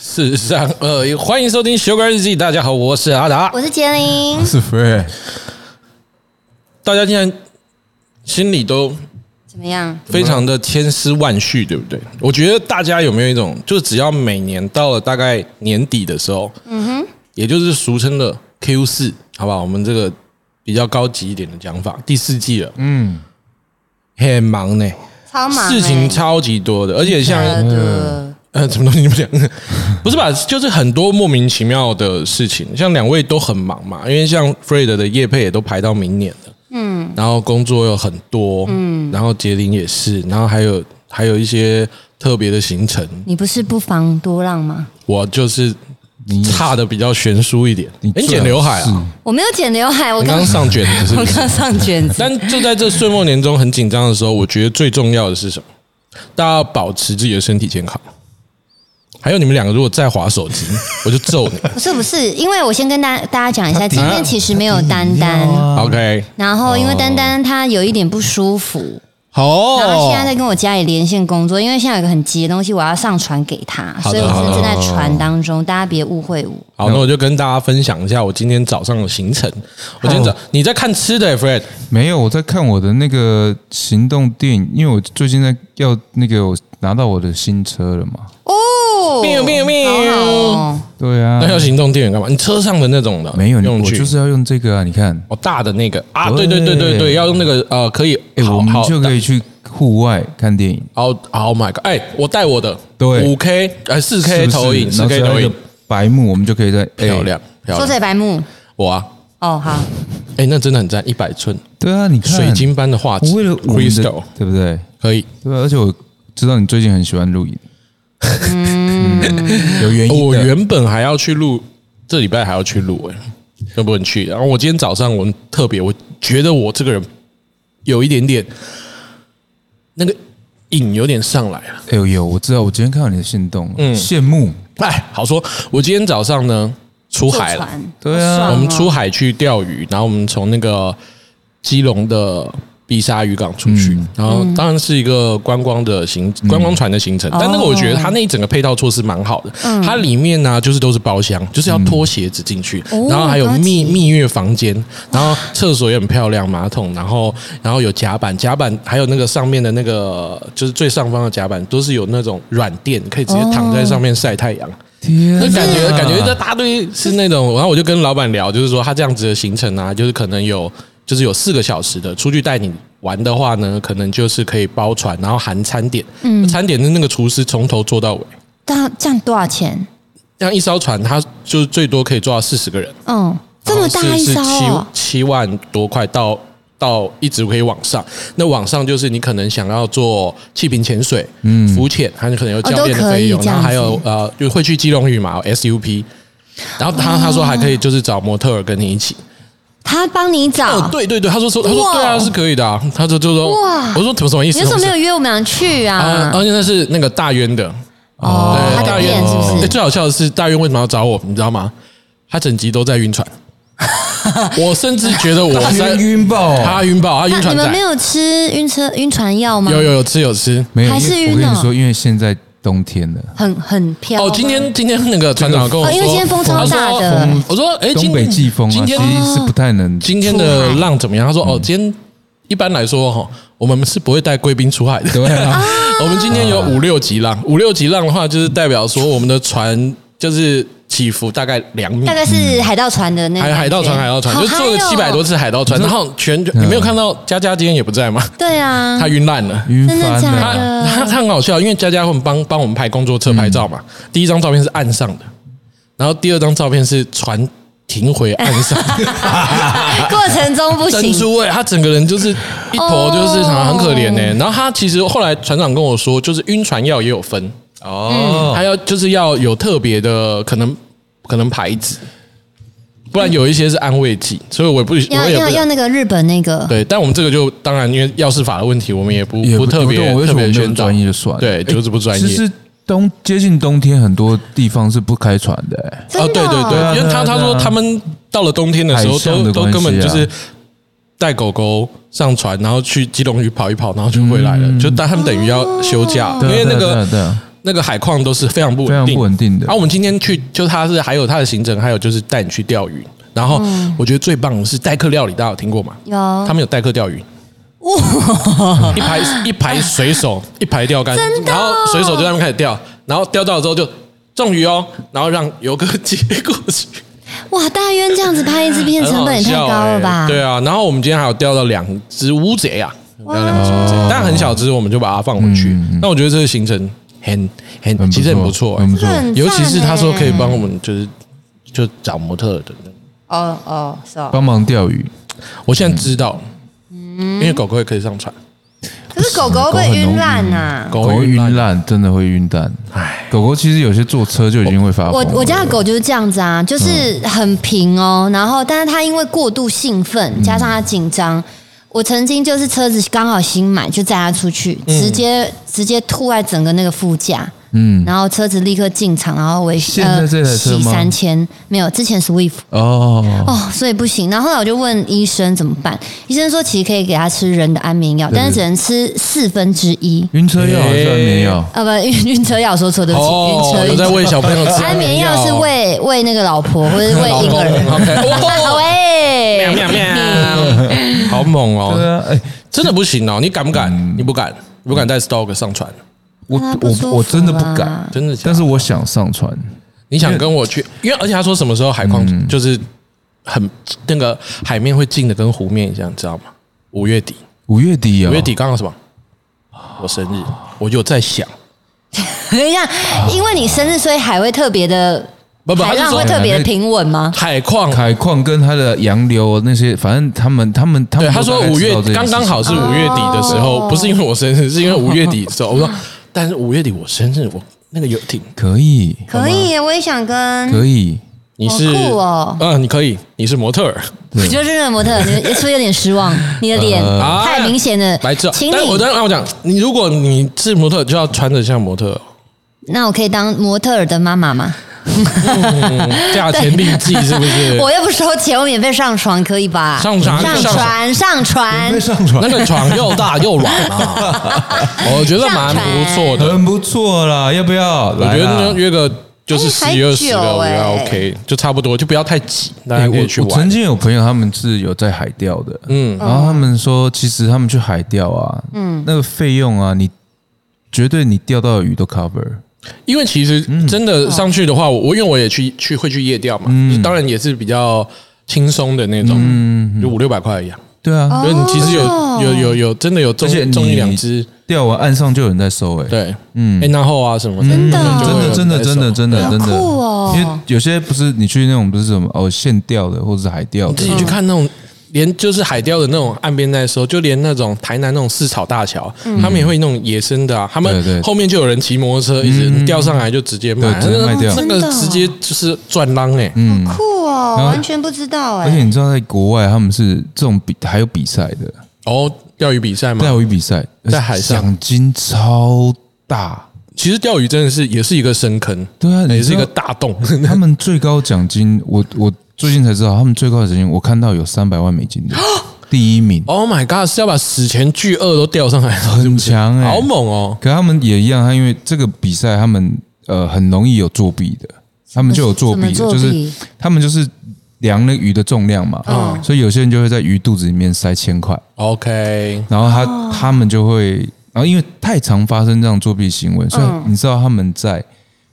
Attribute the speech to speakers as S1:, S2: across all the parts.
S1: 四三二一，欢迎收听《修改日记》。大家好，我是阿达。
S2: 我是杰林，
S3: 是 Fred，
S1: 大家竟然心里都
S2: 怎么样？
S1: 非常的千丝万绪，对不对？我觉得大家有没有一种，就只要每年到了大概年底的时候，嗯哼，也就是俗称的 Q 四，好不好？我们这个比较高级一点的讲法，第四季了，嗯，很忙呢、
S2: 超忙欸、啊
S1: 事情超级多的，而且像
S2: 真的
S1: 呃，什么东西你们讲？ 不是吧？就是很多莫名其妙的事情，像两位都很忙嘛，因为像 Fred 的业配也都排到明年了，嗯，然后工作又很多，嗯，然后杰林也是，然后还有还有一些特别的行程，
S2: 你不是不妨多浪吗？
S1: 我就是差的比较悬殊一点。
S3: 你
S1: 你剪刘海啊？
S2: 我没有剪刘海，我
S1: 你
S2: 刚
S1: 刚上卷 子是
S2: 我
S1: 不是？
S2: 刚上 卷子，
S1: 但就在这岁末年终很紧张的时候，我觉得最重要的是什么？大家要保持自己的身体健康。还有你们两个，如果再划手机，我就揍你。
S2: 不是不是，因为我先跟大大家讲一下，今天其实没有丹
S3: 一定要
S1: 哦
S2: 丹，
S3: 啊
S1: OK，
S2: 然后因为丹丹她有一点不舒服，
S3: 好哦，
S2: 然后现在在跟我家里连线工作，因为现在有一个很急的东西我要上传给她，
S1: 好
S2: 所
S1: 的
S2: 以我
S1: 好的
S2: 是正
S1: 好
S2: 在
S1: 的
S2: 传当中，大家别误会我。
S1: 好，那我就跟大家分享一下我今天早上的行程。我今天早你在看吃的、欸、，Fred，
S3: 没有我在看我的那个行动电影，因为我最近在要那个我拿到我的新车了嘛，
S2: 哦，
S1: 喵喵喵
S2: 好好哦，
S3: 对啊
S1: 那，要行动电源干嘛？你车上的那种的
S3: 没有，
S1: 用
S3: 我
S1: 具，
S3: 就是要用这个啊，你看，
S1: 哦大的那个啊，对
S3: 对
S1: 对对对对，要用那个呃，可以，
S3: 哎，
S1: 好
S3: 我们
S1: 好
S3: 就可以去户外看电影，
S1: 好，Oh my god！哎、我带我的
S3: 对
S1: 五 K 呃四
S3: 是
S1: K
S3: 不是
S1: 投影，
S3: 然
S1: 四
S3: 后只
S1: K
S3: 要
S1: 投
S3: 一
S1: 影
S3: 个，白幕，我们就可以在哎
S1: 漂亮漂
S2: 说
S1: 亮。
S2: 谁白目？
S1: 我啊，
S2: 哦，好，
S1: 哎、那真的很赞，一百寸
S3: 对啊，你看
S1: 水，晶般的画质
S3: 我为了我们的
S1: Crystal
S3: 对不对？
S1: 可以，
S3: 对啊，而且我知道你最近很喜欢露营， 有原因
S1: 哦我
S3: 的，
S1: 原本还要去录，这礼拜还要去录、哎，能不能去？然后我今天早上我特别，我觉得我这个人有一点点那个瘾有点上来了。
S3: 哎呦有，我知道，我今天看到你的行动，
S1: 嗯
S3: 羡慕，
S1: 哎，好说，我今天早上呢出
S2: 坐
S1: 海了，
S2: 船，
S3: 对啊
S2: 好爽哦
S1: 我们出海去钓鱼，然后我们从那个基隆的碧沙渔港出去，
S2: 嗯
S1: 然后当然是一个观光的行观光船的行
S2: 哦
S1: 程，但那个我觉得它那一整个配套措施蛮好的，
S2: 嗯
S1: 它里面呢、就是都是包厢，就是要脱鞋子进去，
S2: 哦
S1: 然后还有
S2: 高级
S1: 蜜蜜月房间，然后厕所也很漂亮，马桶，然后然后有甲板，甲板还有那个上面的那个就是最上方的甲板都是有那种软垫，可以直接躺
S2: 哦
S1: 在上面晒太阳。
S3: 天
S1: 那
S3: 啊，
S1: 感觉感觉这大堆是那种，然后我就跟老板聊，就是说他这样子的行程啊，就是可能有就是有四个小时的，出去带你玩的话呢，可能就是可以包船，然后含餐点，餐点是那个厨师从头做到尾，
S2: 大这样多少钱？
S1: 这样一艘船它就是最多可以坐到四十个人，
S2: 嗯，这么大一
S1: 是
S2: 艘哦
S1: 是七七万多块到。到一直可以往上，那往上就是你可能想要做气瓶潜水、嗯，浮潜，还有可能有教练的费用，
S2: 哦都可以这样子
S1: 然后还有呃，就会去基隆屿嘛，SUP，然后他他说还可以就是找模特儿跟你一起，
S2: 他帮你找，
S1: 哦，对对对，他说说他说
S2: 嗯哇
S1: 对啊是可以的啊，他说就说
S2: 哇
S1: 我说怎么什么意思？
S2: 你为什么没有约我们俩去啊？
S1: 啊？而且那是那个大渊的，呃
S2: 哦，他
S1: 大
S2: 的
S1: 渊
S2: 店是不
S1: 哎
S2: 是？
S1: 最好笑的是大渊为什么要找我，你知道吗？他整集都在 晕船，我甚至觉得我在
S3: 晕晕爆哦，
S1: 他晕爆，他晕
S2: 那你
S1: 船
S2: 们没
S1: 仔。
S2: 有吃晕车晕船药吗？
S1: 有有有吃有吃。
S3: 没有，
S2: 还是
S3: 因为
S2: 晕
S3: 我跟
S2: 哦
S3: 你说，因为现在冬天了，
S2: 很很飘吗。
S1: 哦，今天今天那个船长跟我
S2: 哦
S1: 说，
S2: 因为今天风超大的
S1: 他说我说哎，今
S2: 哦
S3: 东北季风啊，嗯
S1: 今
S3: 其
S1: 天
S3: 实是不太能。
S1: 今天的浪怎么样？他说哦，今天一般来说哈，我们是不会带贵宾出海的。
S3: 对啊，
S1: 我们今天有五六级浪，五六级浪的话，就是代表说我们的船就是起伏大概两米
S2: 大，概是海盗船的那
S1: 嗯海
S2: 个
S1: 海盗船，海盗船，
S2: 好
S1: 就坐了
S2: 嗨哦
S1: 七百多次海盗船，然后全
S3: 嗯
S1: 你没有看到佳佳今天也不在吗？
S2: 对啊
S1: 她，晕烂了。
S3: 晕
S2: 真的
S3: 翻
S2: 假
S1: 她
S3: 了。
S2: 的
S1: 她 她很好笑，因为佳佳会帮帮我们拍工作车拍照嘛。
S2: 嗯
S1: 第一张照片是岸上的，然后第二张照片是船停回岸上，
S2: 哎过程中 不
S1: 珍
S2: 行，
S1: 珠哎、欸，他整个人就是一头就是啊很很可怜呢、
S2: 哦
S1: 然后他其实后来船长跟我说，就是晕船药也有分，
S3: 哦，
S2: 嗯
S1: 还要就是要有特别的可能可能牌子，不然有一些是安慰剂，所以我也不
S2: 要
S1: 我也
S2: 要要
S1: 不
S2: 那个日本那个，
S1: 对，但我们这个就当然因为药事法的问题，我们也不
S3: 也
S1: 不特别
S3: 懂我为
S1: 特
S3: 什么
S1: 别
S3: 没有
S1: 宣导
S3: 专，业就算了，
S1: 对，就是不专业。
S3: 其实冬接近冬天，很多地方是不开船的。哎
S2: 真的
S1: 啊，对对
S2: 哦
S3: 啊
S1: 对，因为他
S3: 对
S1: 他
S3: 啊
S1: 说他们到了冬天的时候，
S3: 海象
S1: 都
S3: 的
S1: 都
S3: 关系
S1: 根本就
S3: 啊
S1: 是带狗狗上船，然后去基隆屿跑一跑，然后就回来了，就但他们等于要休假，因
S3: 对啊
S1: 为那
S3: 嗯对啊
S1: 个
S3: 对啊对啊
S1: 那个海况都是非常不
S3: 非常
S1: 稳定，
S3: 不稳定的
S1: 然后、。我们今天去，就他是还有他的行程，还有就是带你去钓鱼。然后
S3: 嗯
S1: 我觉得最棒的是代客料理，大家有听过吗？
S2: 有
S1: 他们有代客钓鱼，哇！一排一排水手，一排钓竿，
S2: 哦
S1: 然后水手就在那边开始钓，然后钓到了之后就中鱼哦，然后让游客接过去，
S2: 哇，大渊这样子拍一支片 成本也太
S1: 很好
S2: 高
S1: 笑
S2: 了吧？
S1: 欸对啊，然后我们今天还有钓到两只乌贼啊，钓到两只乌贼，但很小只，我们就把它放回去
S3: 嗯。
S1: 那我觉得这个行程很
S3: 很
S1: 很
S3: 不
S1: 其实很
S3: 错
S1: 不错欸，
S3: 很不
S2: 这很赞欸
S1: 尤其是他说可以帮我们，就是就找模特的。
S2: 哦哦是哦，
S3: 帮忙钓鱼，
S1: 我现在知道，因
S2: 嗯
S1: 为狗狗也可以上船。
S2: 可是狗狗会不会晕烂啊呐？
S1: 狗
S3: 狗
S1: 会
S3: 会
S1: 晕
S3: 晕
S1: 烂
S3: 烂，真的会晕蛋。
S1: 唉，
S3: 狗狗其实有些坐车就已经会发
S2: 我
S3: 疯了。
S2: 我家的狗就是这样子啊，就是
S3: 嗯
S2: 很平哦，然后但是它因为过度兴奋，加
S3: 嗯
S2: 上它紧张，我曾经就是车子刚好新买，就载它出去，直接直接吐在整个那个副驾，
S3: 嗯
S2: 然后车子立刻进场，然后维呃
S3: 现在这台车吗
S2: 洗三千没有，之前 Swift
S3: 哦，
S2: 哦，所以不行。然后后来我就问医生怎么办，医生说其实可以给它吃人的安眠药，
S3: 对
S2: 但是只能吃四分之一。
S3: 晕车药还是安眠药？
S2: 呃，不，晕晕车药说错，对不起，
S1: 哦，
S2: 晕
S1: 有
S2: 车
S1: 在
S2: 药。
S1: 喂小朋友吃
S2: 安眠药是喂喂那个老婆或者是喂
S1: 老
S2: 婴
S1: 公
S2: 儿。啊
S1: ，OK，喵
S2: 喂，
S1: 喵喵，好猛
S3: 对
S1: 哦！
S3: 啊，哎，
S1: 真的不行哦，你敢不敢？你不敢，你不敢
S3: 嗯
S1: 带 Stalk 上船，
S3: 我
S2: 啊不舒服
S3: 我我真的不
S2: 啦
S3: 敢，
S1: 真的假的？
S3: 但是我想上船。
S1: 你想跟我去，因为而且他说什么时候海况
S3: 嗯
S1: 就是很那个海面会静的跟湖面一样，你知道吗？五月底，
S3: 五月底啊，
S1: 五月底刚好什么？我生日，我就在想，
S2: 等一下，因为你生日，所以海会特别的，
S1: 不不，
S2: 海
S1: 他是
S2: 浪
S1: 说
S2: 会特别的平稳吗？
S1: 海况
S3: 海况跟它的洋流那些，反正他们他们他
S1: 对，
S3: 们
S1: 他
S3: 都
S1: 说
S3: 大概
S1: 五
S3: 知
S1: 月
S3: 道这件事情，
S1: 刚刚好是五月底的时候，
S2: 哦
S1: 不是因为我生日，是因为五月底的时候。我说，但是五月底我生日，我那个游艇，
S3: 可以
S2: 可以耶，我也想跟。
S1: 嗯
S3: 可以，
S1: 你是
S2: 好酷哦
S1: 嗯，你可以，你是模特儿，
S2: 我觉得这个模特，你是不是有点失望？你的脸
S1: 啊
S2: 太明显了，
S1: 白痴哦。
S2: 请
S1: 但我
S2: 你
S1: 但让我讲，你如果你是模特，就要穿的像模特哦，
S2: 那我可以当模特儿的妈妈吗？
S1: 嗯 价钱利济，是不是？
S2: 我又不收钱，我免费上床可以吧？
S1: 上床
S2: 上
S1: 上
S2: 船，上船
S3: 可以，上船
S1: 那个床又大又软 啊，我觉得蛮不错的。
S3: 很不错啦，要不要？
S1: 我觉
S3: 来啦
S1: 得约个就是
S2: 哎还
S1: 十月十啊
S2: 久
S1: 六，我觉得
S2: 哎
S1: OK，就差不多，就不要太挤，大
S3: 哎
S1: 家
S3: 我
S1: 可以去
S3: 我
S1: 玩
S3: 曾。经有朋友，他们是有在海钓的，
S1: 嗯
S3: 嗯，然后他们说，其实他们去海钓啊，嗯，那个费用啊，你绝对你钓到的鱼都 cover，
S1: 因为其实
S3: 嗯
S1: 真的上去的话，我我因为我也去去会去夜钓嘛，
S3: 嗯
S1: 就是当然也是比较轻松的那种，就五六百块一样。
S3: 对
S2: 哦
S3: 啊，
S1: 就是你其实有有有有真的有中
S3: 而且你
S1: 中一两只，
S3: 钓完岸上就有人在收，哎，
S1: 对，嗯，
S3: 嗯
S1: 哎，然后啊什么的，
S2: 真的哦
S1: 就会有人
S3: 真的真的真的
S2: 好
S3: 真的真的，
S2: 酷哦
S3: 因为有些不是你去那种不是什么哦现钓的或者是海钓
S1: 自
S3: 的，
S1: 己去看那种。连就是海钓的那种岸边那时候，就连那种台南那种四草大桥，
S2: 嗯
S1: 他们也会弄野生的啊。他
S3: 对
S1: 们
S3: 对
S1: 后面就有人骑摩托车，一直钓上来就直接卖，
S3: 对直接卖掉嗯
S1: 那个
S2: 真的哦
S1: 直接就是赚浪哎。
S2: 好酷哦，
S3: 然后
S2: 完全不知道
S3: 而且
S2: 哎。
S3: 你知道在国外他们是这种比还有比赛的
S1: 哦，钓鱼比赛嘛，
S3: 钓鱼比赛，
S1: 在海上
S3: 奖金超大，
S1: 其实钓鱼真的是也是一个深坑，
S3: 对啊，
S1: 也
S3: 你
S1: 是
S3: 知
S1: 一
S3: 道
S1: 哎个大洞。
S3: 他们最高奖金，我我最近才知道，他们最高奖金我看到有三百万美金的 第一名，
S1: oh my god！是要把史前巨鳄都钓上来， 是
S3: 很
S1: 不是？
S3: 强哎、
S1: 好猛哦！
S3: 可他们也一样，他因为这个比赛，他们呃很容易有作弊的，他们就有作弊的，
S2: 怎么
S3: 就
S2: 作
S3: 是
S2: 弊
S3: 他们就是量那鱼的重量嘛，
S2: 嗯
S3: 所以有些人就会在鱼肚子里面塞千块，
S1: OK，
S3: 然后他、
S2: 哦
S3: 他们就会，然后因为太常发生这样作弊行
S2: 嗯
S3: 为，所以你知道他们在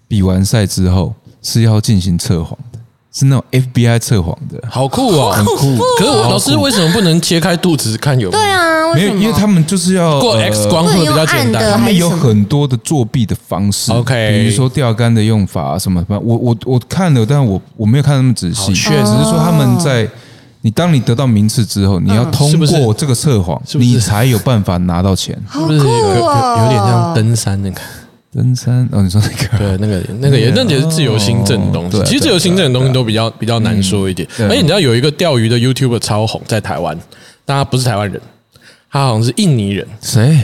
S3: 比完赛之后是要进行测谎的，是那种 FBI 测谎的。
S1: 好酷哦！很酷。可是我老师为什么不能揭开肚子看有没
S2: 对
S1: 有？
S2: 啊，为
S3: 没
S2: 什
S3: 有，
S2: 么？
S3: 因为他们就是要呃
S1: 过 X 光会比较简
S2: 不能用
S3: 他
S1: 单啊
S2: 暗。
S3: 们有很多的作弊的方式
S1: OK
S3: 比如说钓竿的用法啊什么，反正我我我看了，但我我没有看那么仔细，
S1: 好
S3: 只是
S1: 炫
S3: 说他们在你当你得到名次之后，你要通
S1: 是不是
S3: 过这个测谎，
S1: 不是
S3: 你才有办法拿到 钱。
S1: 是不是有有
S2: 哦
S1: 有点像登山那个？
S3: 登山哦，你说那个
S1: 对，那个那个也那也是自由行政的东西
S3: 哦对。啊
S1: 其实自由行政的东西都比较比较难说一点。
S3: 嗯对
S1: 而且你知道有一个钓鱼的 YouTuber 超红，在台湾，但他不是台湾人，他好像是印尼人。
S3: 谁？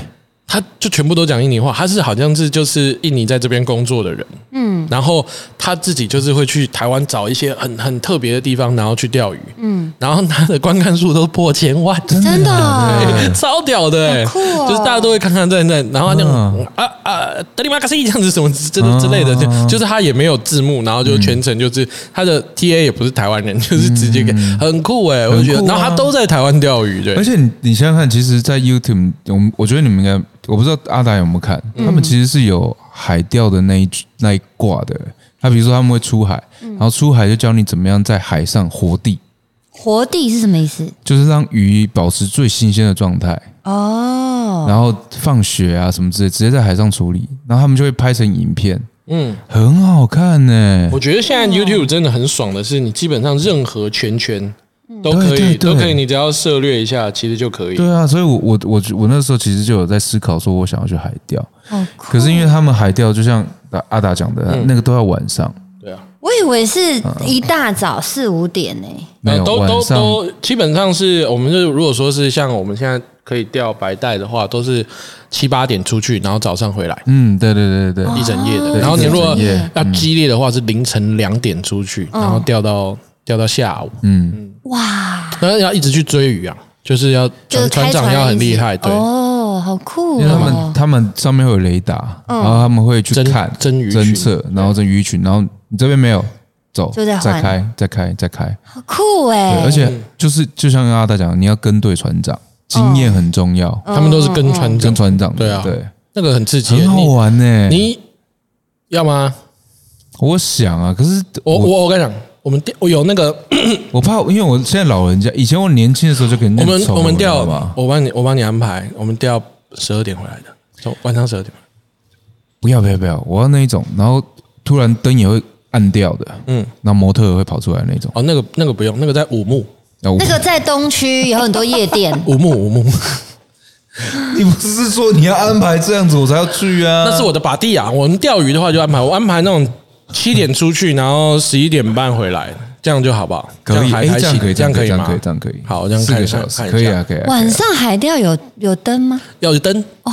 S1: 他就全部都讲印尼话，他是好像是就是印尼在这边工作的人，嗯，然后他自己就是会去台湾找一些很很特别的地方，然后去钓鱼，嗯，然后他的观看数都破千万，
S2: 真的
S3: 假
S2: 哦
S1: 超屌的、欸，
S2: 好酷哦
S1: 就是大家都会看看在那，然后他就、
S3: 嗯
S1: 啊啊呃德里马卡西这样子什么之之类的，就就是他也没有字幕，然后就全程就是他的 T A 也不是台湾人，就是直接给很酷哎，我就觉得，
S3: 嗯很酷啊
S1: 然后他都在台湾钓鱼，对
S3: 而，且你你想想看，其实，在 YouTube，我们我觉得你们应该，我不知道阿达有没有看，
S1: 嗯
S3: 他们其实是有海钓的那一那一挂的。他比如说他们会出海，然后出海就教你怎么样在海上活地，
S2: 活地是什么意思？
S3: 就是让鱼保持最新鲜的状态，
S2: 哦，
S3: 然后放血啊什么之类，直接在海上处理，然后他们就会拍成影片，
S1: 嗯，
S3: 很好看呢、
S1: 我觉得现在 YouTube 真的很爽的是，你基本上任何圈圈都可
S3: 对对
S1: 以，
S3: 对
S1: 都可以，你只要涉略一下，其实就可以。
S3: 对啊，所以我我我我那时候其实就有在思考，说我想要去海钓，
S2: 好酷哦嗯
S3: 可是因为他们海钓就像阿达讲的，那个都要晚上，
S1: 对啊，
S2: 我以为是一大早四五点呢、
S3: 没有
S1: 呃都
S3: 晚
S1: 都
S3: 上
S1: 都，基本上是我们是如果说是像我们现在可以钓白带的话，都是七八点出去，然后早上回来。
S3: 嗯，对对对对
S2: 哦
S1: 一
S3: 对，
S1: 整夜的，
S3: 对
S1: 然后你如果
S3: 一整夜
S1: 要激烈的话，是凌晨两点出去，然后钓到钓到下午，
S3: 嗯，
S2: 哇，
S1: 然后要一直去追鱼啊，就是要
S2: 就
S1: 船
S2: 是
S1: 船
S2: 开
S1: 长
S2: 船
S1: 要很
S2: 一直
S1: 厉害，对，
S2: 哦，好酷
S3: 因为他们
S2: 哦，嗯
S3: 他们上面会有雷达，然后他们会去
S1: 真
S3: 看
S1: 真鱼
S3: 侦
S1: 群
S3: 测，然后这鱼群，然后你这边没有，走，
S2: 就再换
S3: 再开再开再开，
S2: 好酷哎、哦
S3: 对，而且就是就像阿达讲的，你要跟对船长，经验很重要，
S1: 他们都是跟船长
S2: 嗯
S3: 哦跟，船长的
S1: 对啊
S3: 对，
S1: 那个很刺激，
S3: 很好
S1: 你
S3: 玩呢。
S1: 你要吗？
S3: 我想啊，可是
S1: 我我我跟你讲，我们钓我有那个，
S3: 我怕，因为我现在老人家，以前我年轻的时候就给人
S1: 我
S3: 家
S1: 们
S3: 宠
S1: 我们钓
S3: 吧，，
S1: 我帮你我帮你安排，我们钓十二点回来的，从晚上十二点。
S3: 不要不要不要，我要那一种，然后突然灯也会暗掉的，嗯，那模特儿会跑出来那种，啊
S1: 哦，那个那个不用，那个在五木
S3: 那我
S2: 那个在东区有很多夜店，
S1: 五木五 木，
S3: 你不是说你要安排这样子我才要去啊？
S1: 那是我的把地啊。我们钓鱼的话就安排，我安排那种七点出去，然后十一点半回来，这样就好不好？
S3: 可以，
S1: 还
S3: 哎，
S1: 还
S3: 这样
S1: 行
S3: 可以，
S1: 这样
S3: 可以，这样
S1: 吗？
S3: 可以，这样可以。
S1: 好，这样
S3: 四
S1: 看一
S3: 个
S1: 下
S3: 小，时
S1: 看
S3: 可
S1: 一
S3: 以
S1: 下
S3: 啊，可以啊。
S2: 晚上海钓有有灯吗？
S1: 要有灯
S2: 哦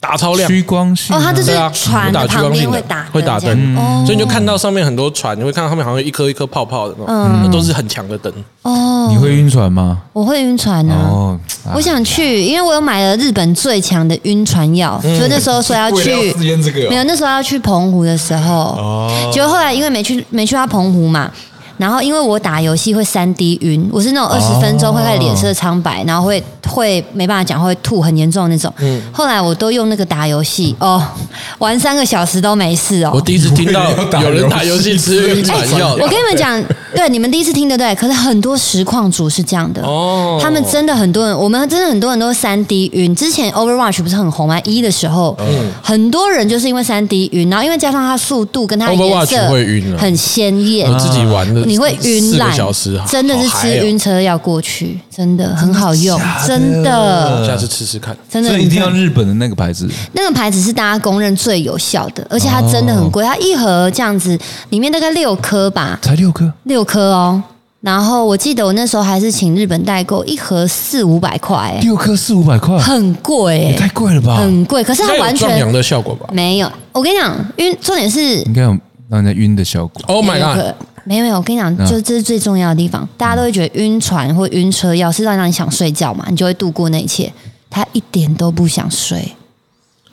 S1: 打超亮，
S3: 趋光性
S2: 哦，
S3: 啊
S2: 它就是
S1: 对啊
S2: 船
S1: 我打
S2: 的
S1: 聚
S2: 旁
S1: 光
S2: 边
S1: 镜的
S2: 会打
S1: 会打
S2: 这样
S1: 灯
S2: 哦
S1: 所以你就看到上面很多船，你会看到他们好像有一颗一颗泡泡的那种，
S2: 嗯
S1: 那都是很强的灯。
S2: 哦，
S3: 你会晕船吗？
S2: 我会晕船啊。
S3: 哦，啊
S2: 我想去，因为我有买了日本最强的晕船药，所以那时候说啊要去，
S3: 验这
S1: 啊
S3: 个
S2: 没有，那时候要去澎湖的时候，
S1: 哦
S2: 结果后来因为没去没去到澎湖嘛，然后因为我打游戏会三 D 晕，我是
S1: 哦
S2: 那种二十分钟会开始脸色苍白，然后会会没办法讲，会吐很严重的那种。
S1: 嗯
S2: 后来我都用那个打游戏哦，玩三个小时都没事哦哎
S1: 我。第一次听到有人打游戏吃晕船 药
S2: 我
S1: 的
S2: 跟，你们讲，对你们第一次听对不对？可是很多实况组是这样的，
S1: 哦
S2: 他们真的很多人，我们真的很多人都三 D 晕。之前 Overwatch 不是很红吗？一的时候，
S1: 嗯
S2: 很多人就是因为三 D 晕，然后因为加上它速度跟它的颜
S1: Overwatch
S2: 色
S1: 会晕啊
S2: 很鲜艳
S1: 我，自己玩的，
S2: 你会晕
S1: 四
S2: 烂
S1: 个小时，，
S2: 真的是
S1: 好
S2: 吃
S1: 嗨哦
S2: 晕车药过去，真的很好用，真的
S1: 下次吃吃看。
S2: 真的
S3: 所以一定要日本的那个牌子，
S2: 那个牌子是大家公认最有效的，而且它真的很
S1: 哦
S2: 贵，它一盒这样子里面大概六颗吧，
S3: 才六颗，
S2: 六颗哦。然后我记得我那时候还是请日本代购，一盒四五百块、欸，
S3: 六颗四五百
S1: 啊
S3: 块，
S2: 很贵、
S3: 也太
S2: 欸，
S3: 贵了吧？
S2: 很贵。可是它
S1: 应该有
S2: 完
S1: 壮阳
S2: 全
S1: 的效果吧
S2: 没有。我跟你讲，因为重点是
S3: 应该有让人家晕的效果。
S1: ？Oh my god！啊
S2: 没有没有，我跟你讲，就这是最重要的地方。大家都会觉得晕船或晕车药是让让你想睡觉嘛，你就会度过那一切。他一点都不想睡，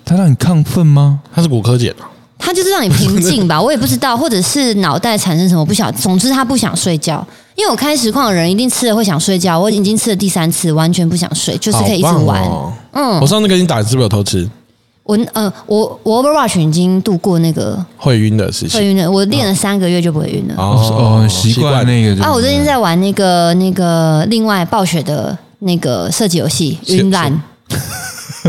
S3: 它让你亢奋吗？
S1: 它是骨科碱啊，
S2: 他就是让你平 静吧，我也不知道，或者是脑袋产生什么不想，总之他不想睡觉。因为我开实况的人一定吃了会想睡觉，我已经吃了第三次，完全不想睡，就是可以一直
S1: 好棒
S2: 玩。
S1: 哦
S2: 嗯
S1: 我，上次跟你打，你是不是有偷吃？
S2: 我呃，我我 Overwatch 已经度过那个
S1: 会晕的事情
S2: 会。晕的，我练了三个月就不会晕了。
S3: 哦，习惯那个就是
S2: 啊，我最近在玩那个那个另外暴雪的那个射击游戏，
S1: 是
S2: 晕烂，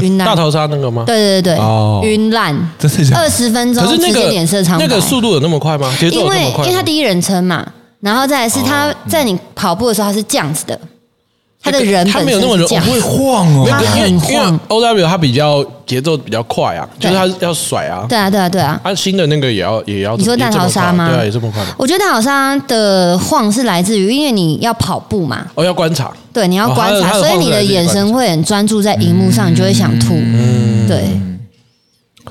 S2: 晕
S1: 大
S2: 烂，
S1: 逃杀那个吗？
S2: 对对对
S1: 哦
S2: 对，晕烂，
S3: 真的假
S2: 二
S3: 的？
S2: 十分钟
S1: 可是
S2: 直
S1: 那
S2: 接
S1: 个
S2: 脸色苍白
S1: 那。个速度有那么快吗？节奏
S2: 因
S1: 有
S2: 为
S1: 那么快吗？哦
S2: 因
S1: 嗯
S2: 为它第一人称嘛，然后再来是它在你跑步的时候它是这样子的，它的人
S1: 它
S2: 本
S1: 哎没有
S2: 身
S1: 那么
S2: 是
S1: 柔
S2: 这样
S1: 我。会
S3: 晃哦
S1: 没有
S2: 它
S1: 因为
S2: 很
S1: 因为
S2: 晃
S1: O W 它比较节奏比较快啊，就
S2: 对
S1: 是它要甩啊。
S2: 对啊，对啊，对啊。
S1: 它新的那个也要也要这么，
S2: 你说大逃杀吗
S1: 也这么快对啊，也这么快吗？
S2: 我觉得大好像的晃是来自于，因为你要跑步嘛，
S1: 哦，要观察。
S2: 对，你要
S1: 哦
S2: 观察，
S1: 它的嗯
S2: 所以你的眼神会很专注在荧幕上，你就会想吐。对，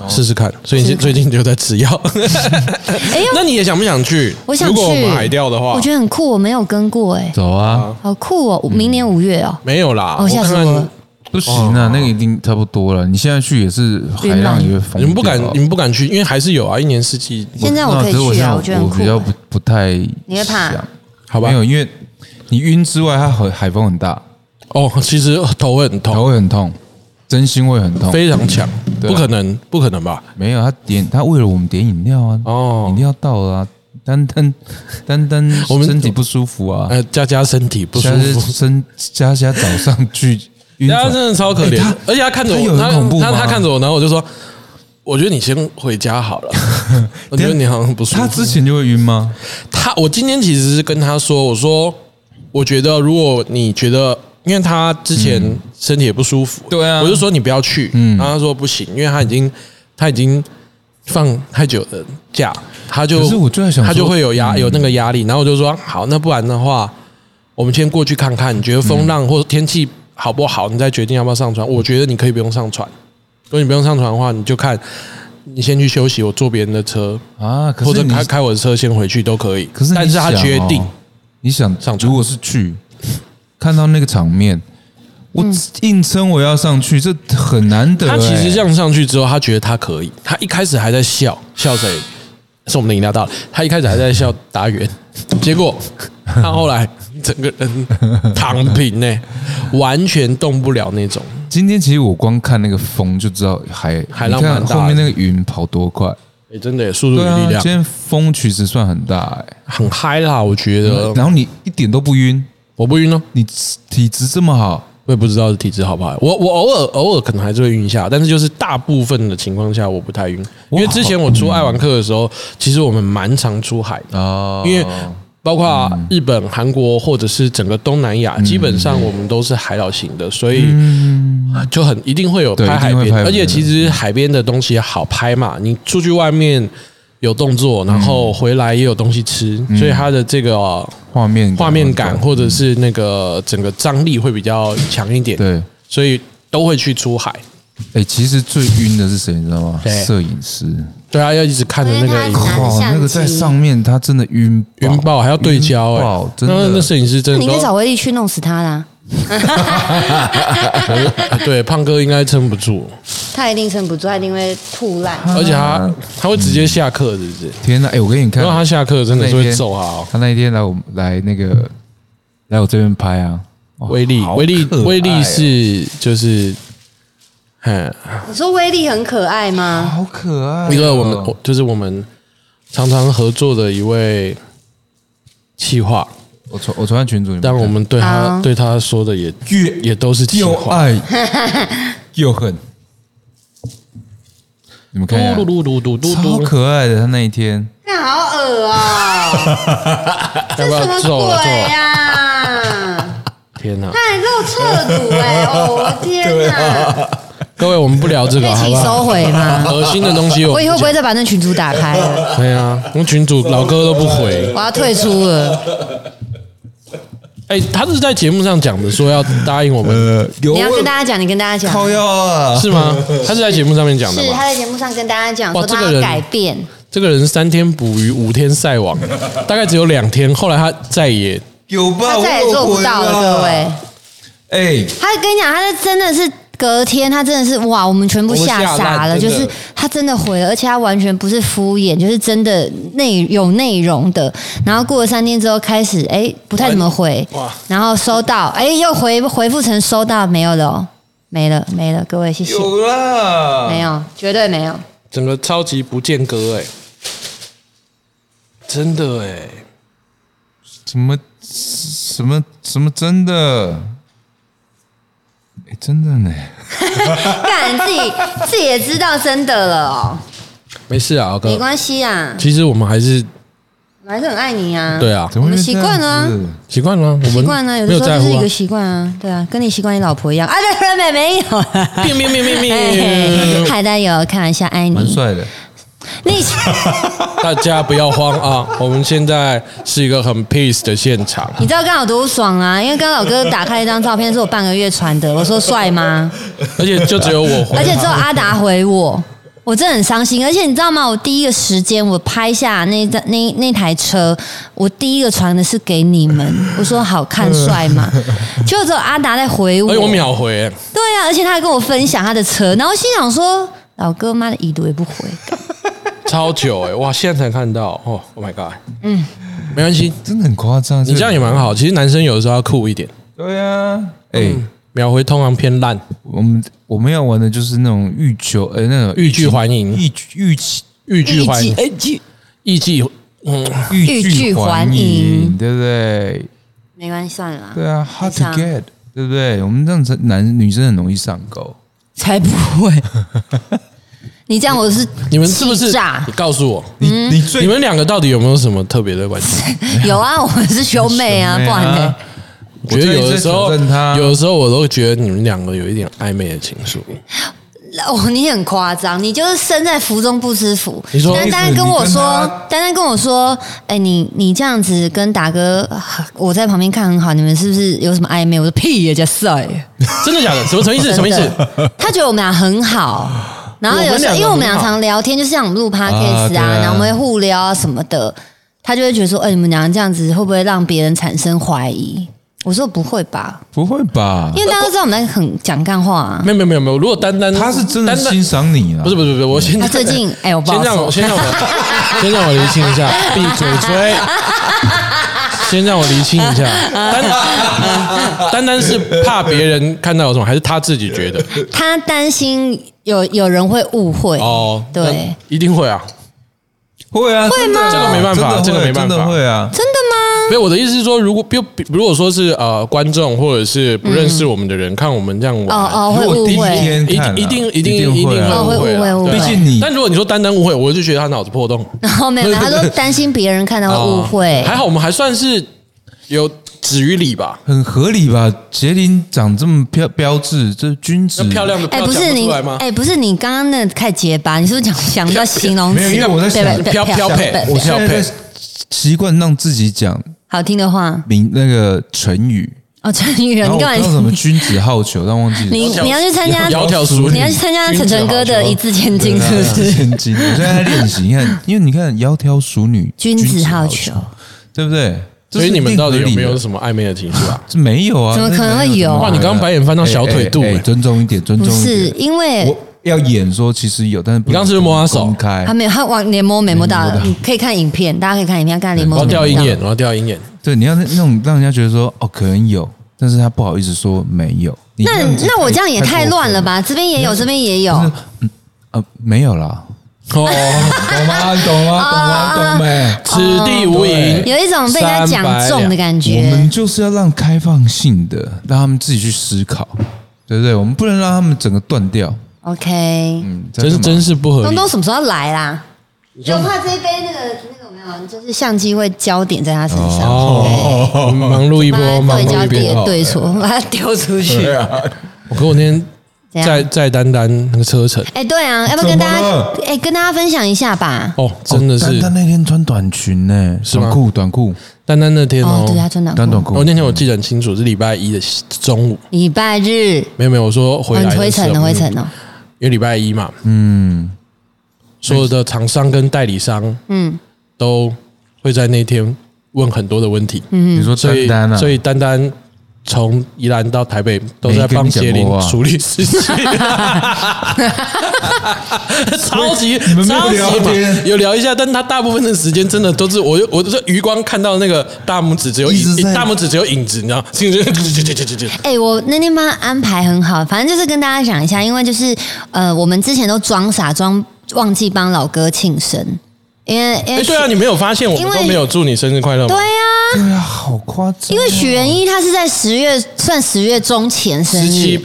S1: 试试看，所以你现最近就在吃 药。哦那你也想不想去？
S2: 哎我想
S1: 如
S2: 去。
S1: 果我们海钓的话，
S2: 我觉得很酷，我没有跟过哎、
S3: 走啊，
S2: 好酷哦！明年五月哦，
S1: 没有啦。
S2: 哦吓死
S1: 看看
S2: 我了
S3: 不行
S2: 哦
S3: 啊，那个一定差不多了。你现在去也是海浪也会疯掉啊。
S1: 你们不敢，你们不敢去，因为还是有啊，一年四季。
S2: 现在我
S3: 那
S2: 可以
S3: 只是我
S2: 去
S3: 现在
S2: 啊，我觉得很
S3: 我
S2: 酷
S3: 比。较不不太想，
S2: 你会怕
S1: 好吧
S3: 没有，因为你晕之外，它海海风很大，
S1: 哦，其实头会很痛，
S3: 头会很痛，真心会很痛。
S1: 非常强，
S3: 对
S1: 不
S3: 啊
S1: 可能，不可能吧？
S3: 没有，他点他为了我们点饮料啊，
S1: 哦
S3: 饮料到了、啊，丹丹丹丹
S1: 我们
S3: 身体不舒服啊，
S1: 呃，佳佳身体不舒
S3: 现在是
S1: 服，
S3: 身佳佳早上去晕
S1: 佳
S3: 船
S1: 佳啊真的超可怜
S3: 哎他，
S1: 而且他看着
S3: 他
S1: 我，
S3: 有很
S1: 他
S3: 恐怖
S1: 他
S3: 吗
S1: 他看着我，然后我就说，我觉得你先回家好 了，我觉得你好像不舒服。
S3: 他之前就会晕吗？
S1: 他，我今天其实是跟他说，我说，我觉得如果你觉得，因为他之前身体也不舒服，
S3: 嗯对啊
S1: 我就说你不要去，嗯，然后他说不行，因为他已经他已经放太久的假，他就
S3: 可是我就在想说嗯
S1: 他就会有压有那个压力，然后我就说好，那不然的话，我们先过去看看，你觉得
S3: 嗯
S1: 风浪或天气好不好，你再决定要不要上船。我觉得你可以不用上船，如果你不用上船的话，你就看。你先去休息，我坐别人的车，
S3: 啊，可
S1: 或者
S3: 是你
S1: 开开我的车先回去都可以。
S3: 可是你
S1: 但是他
S3: 想哦
S1: 决定，
S3: 你想
S1: 上船
S3: 如果是去看到那个场面，我硬撑我要上去，这很难得
S1: 嗯
S3: 欸、
S1: 他其实这样上去之后，他觉得他可以。他一开始还在笑，笑谁？是我们的饮料到了。他一开始还在笑达原，结果他后来整个人躺平呢、 完全动不了那种。
S3: 今天其实我光看那个风就知道海
S1: 海浪
S3: 你看
S1: 蛮大的
S3: 后面那个云跑多快。
S1: 哎、真的耶、速度与
S3: 对
S1: 力
S3: 啊，
S1: 量、
S3: 今天风其实算很大哎、
S1: 很嗨啦，我觉得。
S3: 然后你一点都不晕，
S1: 我不晕哦，
S3: 你体质这么好，
S1: 我也不知道是体质好不好。我我偶尔偶尔可能还是会晕一下，但是就是大部分的情况下我不太晕，因为之前我出爱玩课的时候，其实我们蛮常出海的。
S3: 哦嗯
S1: 因为包括日本、韩国或者是整个东南亚，基本上我们都是海岛型的，所以就很一定会有
S3: 嗯对
S1: 拍海
S3: 一定会
S1: 边，
S3: 拍
S1: 而且
S3: 海边
S1: 其实海边的东西好拍嘛，你出去外面有动作，然后回来也有东西吃，
S3: 嗯
S1: 所以它的这个呃
S3: 画面
S1: 画面感或者是那个整个张力会比较强一点，
S3: 对，
S1: 所以都会去出海。
S3: 哎、其实最晕的是谁，你知道吗？
S1: 谁
S3: 摄影师，
S1: 对啊，要一直看着那
S2: 因为
S1: 个
S2: 它
S1: 影
S2: 拿着
S3: 哇，
S2: 相
S3: 那个在
S2: 机
S3: 上面他真的晕爆
S1: 云豹还要对焦
S3: 晕
S1: 哎
S3: 爆，真的
S1: 那那摄影师真
S2: 那
S1: 的
S2: 你应该
S1: 都
S2: 找威力去弄死他啦，
S1: 对胖哥应该撑不住。
S2: 他一定撑不住，他一定会吐烂。
S1: 而且
S3: 嗯
S1: 他他会直接下课，是不是？
S2: 嗯
S3: 天哪！哎、我给你看，
S1: 然后他下课真的是
S3: 那
S1: 会
S3: 天
S1: 揍他哦。
S3: 他那一天来我们来那个来我这边拍啊，哇
S1: 威力，
S3: 好
S1: 威力
S3: 可爱，哦
S1: 威力是就是，嗯，
S2: 你说威力很可爱吗？
S3: 好可爱哦、
S1: 一个我们我就是我们常常合作的一位气话，
S3: 我传我传在群组里面看，
S1: 但我们对他
S2: 好
S1: 对他说的也
S3: 越
S1: 也都是气
S3: 又
S1: 话。
S3: 爱又恨。你们
S1: 嘟
S3: 看一下，
S1: 嘟嘟嘟嘟
S3: 超
S1: 嘟，
S3: 可爱的。他那一天，
S2: 那好 恶哦，
S1: 要哎
S2: 这
S1: 不要啊
S2: 什么
S1: 揍了？揍
S2: 鬼啊
S1: 了！啊
S2: 呀？
S1: 天哪！
S2: 他还给我测毒哎！哦，我的天
S1: 啊
S2: 哪！
S1: 各位，我们不聊这
S2: 可
S1: 个，
S2: 以
S1: 好不
S2: 请收
S1: 好？
S2: 回吗？
S1: 恶心的东西，
S2: 我以后不
S1: 会
S2: 会再把那群主打开了，
S1: 对啊，我们群主老哥都不回。
S2: 我要退出了。
S1: 哎，他是在节目上讲的，说要答应我们
S3: 呃，有
S2: 你要跟大家讲，你跟大家讲，
S3: 靠腰啊，
S1: 是吗？他是在节目上面讲的
S2: 是他
S1: 吗？
S2: 在节目上跟大家讲
S1: 哇
S2: 说
S1: 这
S2: 他
S1: 个
S2: 要
S1: 人
S2: 改变，
S1: 这个人三天捕鱼五天晒网，大概只有两天，后来他再也
S3: 有吧？
S2: 他再
S1: 啊
S2: 也
S3: 我
S2: 做
S3: 有
S2: 不到了，
S3: 回
S2: 各位。
S3: 哎，
S2: 他跟你讲，他是真的是隔天，他真的是哇，我们全部吓
S1: 我们吓
S2: 傻
S1: 烂
S2: 了，就
S1: 真的
S2: 是他真的回了，而且他完全不是敷衍，就是真的内有内容的。然后过了三天之后，开始哎、不太怎么回
S1: 哇，
S2: 然后收到哎、又回回复成收到没有了哦，没了没了，各位谢谢，
S1: 啊
S3: 有啦，
S2: 没有绝对没有，
S1: 整个超级不间隔哎、真的哎、
S3: 什么什么什么真的，哎，真的呢，
S2: 干自己自己也知道真的了哦，
S1: 没事啊，老
S2: 没
S1: 哥。
S2: 关系啊，
S1: 其实我们还是
S2: 我还是很爱你啊，
S1: 对啊，
S3: 怎么会
S2: 我们习惯了啊
S3: 这样子
S1: 习惯了啊，我们
S2: 习惯呢，有
S1: 没
S2: 的
S1: 有
S2: 时候
S1: 在
S2: 就是
S1: 乎
S2: 一
S1: 啊
S2: 个。习惯啊，对啊，跟你习惯你老婆一样啊，对对对，没有啊。
S1: 变变变变
S2: 哎
S1: 变，
S2: 嗨，大家有开玩笑，爱
S3: 蛮
S2: 你。
S3: 帅的，
S2: 你
S1: 大家不要慌啊！我们现在是一个很 peace 的现场。
S2: 你知道刚好多爽啊！因为刚刚老哥打开一张照片，是 我半个月传的，我说帅吗？
S1: 而且就只有我回，
S2: 而且只有阿达回我，我真的很伤心，而且你知道吗？我第一个时间我拍下那张那那台车，我第一个传的是给你们，我说好 看帅吗？结果只有阿达在回我，
S1: 哎，我秒回、
S2: 对啊，而且他还跟我分享他的车，然后心想说老哥妈的已读也不回，
S1: 超久哎、哇，现在才看到哦，Oh my god，嗯，没关系，
S3: 真的很夸张。
S1: 你这样也蛮
S3: 嗯
S1: 好。其实男生有的时候要酷一点，
S3: 对啊，哎、
S1: 秒回通常偏烂，
S3: 我们我们要玩的就是那种欲求，哎、那种
S1: 欲拒还迎，
S3: 欲欲拒
S1: 欲拒还迎，
S3: 哎拒
S1: 意气，嗯，
S3: 欲
S2: 欲拒还迎
S3: 对不对？
S2: 没关系算了啦，
S3: 对啊，hard
S2: 非
S3: to
S2: 常
S3: get，对不对？我们这样子男女生很容易上钩。
S2: 才不 会。你这样我是
S1: 你们是不
S2: 气
S1: 是
S2: 炸？
S1: 你告诉我，
S3: 你、
S2: 嗯
S3: 你
S1: 你们两个到底有没有什么特别的关系？
S2: 有啊，我们是兄妹啊，不然呢？
S1: 我觉得有的时候，
S3: 我在一直在挑战他
S1: 有的时候我都觉得你们两个有一点暧昧的情愫。
S2: 哦，你很夸张，你就是身在福中不知福。
S1: 你说
S2: 丹丹跟我
S3: 你跟
S2: 说
S3: 他，
S2: 丹丹跟我说，哎、你你这样子跟达哥，啊我在旁边看很好，你们是不是有什么暧昧？我说屁呀，加塞，
S1: 真的假的？什么什么意思？什么意思？
S2: 真的？他觉得我们俩很好，然后有时候因为我
S1: 我们两个很好
S2: 们俩常聊天，就像我们录 podcast
S3: 对
S2: 啊，
S3: 啊
S2: 然后我们会互聊啊什么的，他就会觉得说，哎、你们俩这样子会不会让别人产生怀疑？我说不会吧，
S3: 不会吧？
S2: 因为大家都知道我们在很讲干话啊。
S1: 没有没有没有没有。如果单单
S3: 他是真的
S1: 单单
S3: 欣赏你啊，
S1: 不是不是不是，我先
S2: 他最近哎、我不
S1: 先
S2: 好
S1: 让
S2: 说
S1: 我。先让 我先让我厘清一下，闭嘴嘴。先让我厘清一下，丹丹丹是怕别人看到有什么，还是他自己觉得？
S2: 他担心有有人会误会
S1: 哦，
S2: 对，，
S1: 一定会啊。
S3: 会啊，会
S2: 吗
S1: 这个没办法这个没办法
S3: 真的会啊。
S2: 真的吗？
S1: 所以我的意思是说，如果比如果说是呃观众或者是不认识我们的人、看我们这样玩，
S2: 哦哦，会
S3: 如果
S2: 误
S3: 第一
S2: 会，
S3: 天
S1: 一
S3: 看啊，
S1: 一定一定
S3: 定
S1: 一定
S3: 会啊
S2: 哦会
S1: 会
S2: 误会
S1: 啊
S2: 误会
S1: 对
S3: 毕竟你
S1: 但如果你说单单误会，我就觉得他脑子破洞，哦
S2: 然后没有，他说担心别人看到会呃误会
S1: 还。好我们还算是有止于理吧。
S3: 很合理吧？杰林长这么标标致，这君子
S1: 那漂亮的漂
S2: 哎，
S1: 亮
S2: 不是
S1: 讲
S2: 你
S1: 出来，吗？
S2: 哎，不是你刚刚那太结巴，你是不是讲想到形容词？
S3: 没有因为我在想
S2: 对对
S1: 飘
S2: 对
S1: 飘配
S2: 对
S1: 我
S2: 对
S1: 是要
S3: 现在在习惯让自己讲
S2: 好听的话
S3: 名那个成语，
S2: 哦，成语
S3: 然
S2: 人，
S3: 后
S2: 你
S3: 我
S2: 干
S3: 刚刚什么
S2: 嘛？
S3: 君子好逑，但忘记了
S2: 你你要去参加
S1: 窈窕淑女，
S2: 你要去参加晨晨哥的一字千金，是不
S3: 对啊
S2: 是？
S3: 千金，我现在在练习，你看，因为你看窈窕淑女，
S2: 君子好逑，
S3: 对不对？
S1: 所以你们到底有没有
S3: 么？
S1: 什么暧昧的情愫啊？
S3: 这没有啊，
S2: 怎么可能会有
S3: 那没
S1: 哇，你刚刚白眼翻到小腿肚、
S3: 哎哎哎
S1: 哎
S3: 尊重一点，尊
S2: 不
S3: 重一
S2: 是
S3: 点。
S2: 因为
S3: 我要演说其实有，但是你
S1: 你刚刚是不是摸他手
S3: 公开
S2: 还，啊没有，他往连摸没摸到，你可以看影片，大家可以看影片，看连摸
S1: 我
S2: 没
S1: 要
S2: 摸到。
S1: 掉鹰眼，我要掉鹰眼。
S3: 对，你要那那种让人家觉得说哦，可能有，但是他不好意思说没有。你
S2: 那
S3: 这样子
S2: 那我这样也太乱了
S3: 过
S2: 吧？这边也有，这边也有。
S3: 分了？呃，没有啦，
S1: 哦，
S3: 懂吗？懂吗？懂
S2: 啊
S3: 吗？懂没？
S1: 此地无银，
S2: 有一种被人家讲中的感
S3: 我
S2: 觉。
S3: 们就是要让开放性的，让他们自己去思考，对不对？我们不能让他们整个断掉。
S2: OK，
S3: 嗯，
S1: 真是真
S3: 是
S1: 是不合
S2: 东
S1: 理。
S2: 东什么时候要来啦？就怕这一杯那个那个有没有，就是相机会焦点在他身上，
S1: 哦， 忙碌一波
S2: 把，他
S1: 忙
S2: 对
S1: 碌
S2: 焦
S1: 一哦波
S2: 点。对错，把它丢出去。
S1: 我跟我那天
S2: 怎样
S1: 在在丹丹那个车程，
S2: 哎，对啊，要不要跟大
S3: 怎么
S2: 家
S3: 了
S2: 哎跟大家分享一下吧？
S1: 哦，真的是
S3: 他那天穿短裙呢，
S1: 是吗
S3: 短裤，短裤，
S1: 丹丹那天哦，，
S2: 哦对啊，真的。
S3: 短短裤
S1: 我。那天我记得很清楚，是礼拜一的中午，
S2: 礼拜日，
S1: 没有没有，我说回
S2: 哦
S1: 来
S2: 你回程
S1: 程
S2: 了，回程了。
S1: 嗯因为礼拜一嘛，
S3: 嗯，
S1: 所有的厂商跟代理商
S2: 嗯，
S1: 都会在那天问很多的问题，
S2: 嗯
S3: 你说
S1: 嗯所以
S3: 丹丹啊，
S1: 所以丹丹从宜兰到台北都在帮杰林处理事情， 超级
S3: 你们没有
S1: 超级
S3: 聊
S1: 忙
S3: 天
S1: 有聊一下，但他大部分的时间真的都是我我就是余光看到那个大拇指只有
S3: 一直
S1: 影
S3: 在
S1: 大拇指只有影子，你知道 吗，就就就就就就
S2: 哎、我那天帮他安排很好，反正就是跟大家讲一下，因为就是呃，我们之前都装傻装忘记帮老哥庆生，因为因
S1: 哎，
S2: 为、
S1: 对啊，你没有发现我
S2: 因
S1: 们
S2: 为
S1: 都没有祝你生日快乐吗
S2: 对？啊，
S3: 对啊，好夸张哦。
S2: 因为许元一他是在十月算十月中前生
S1: 十
S2: 日
S1: 七。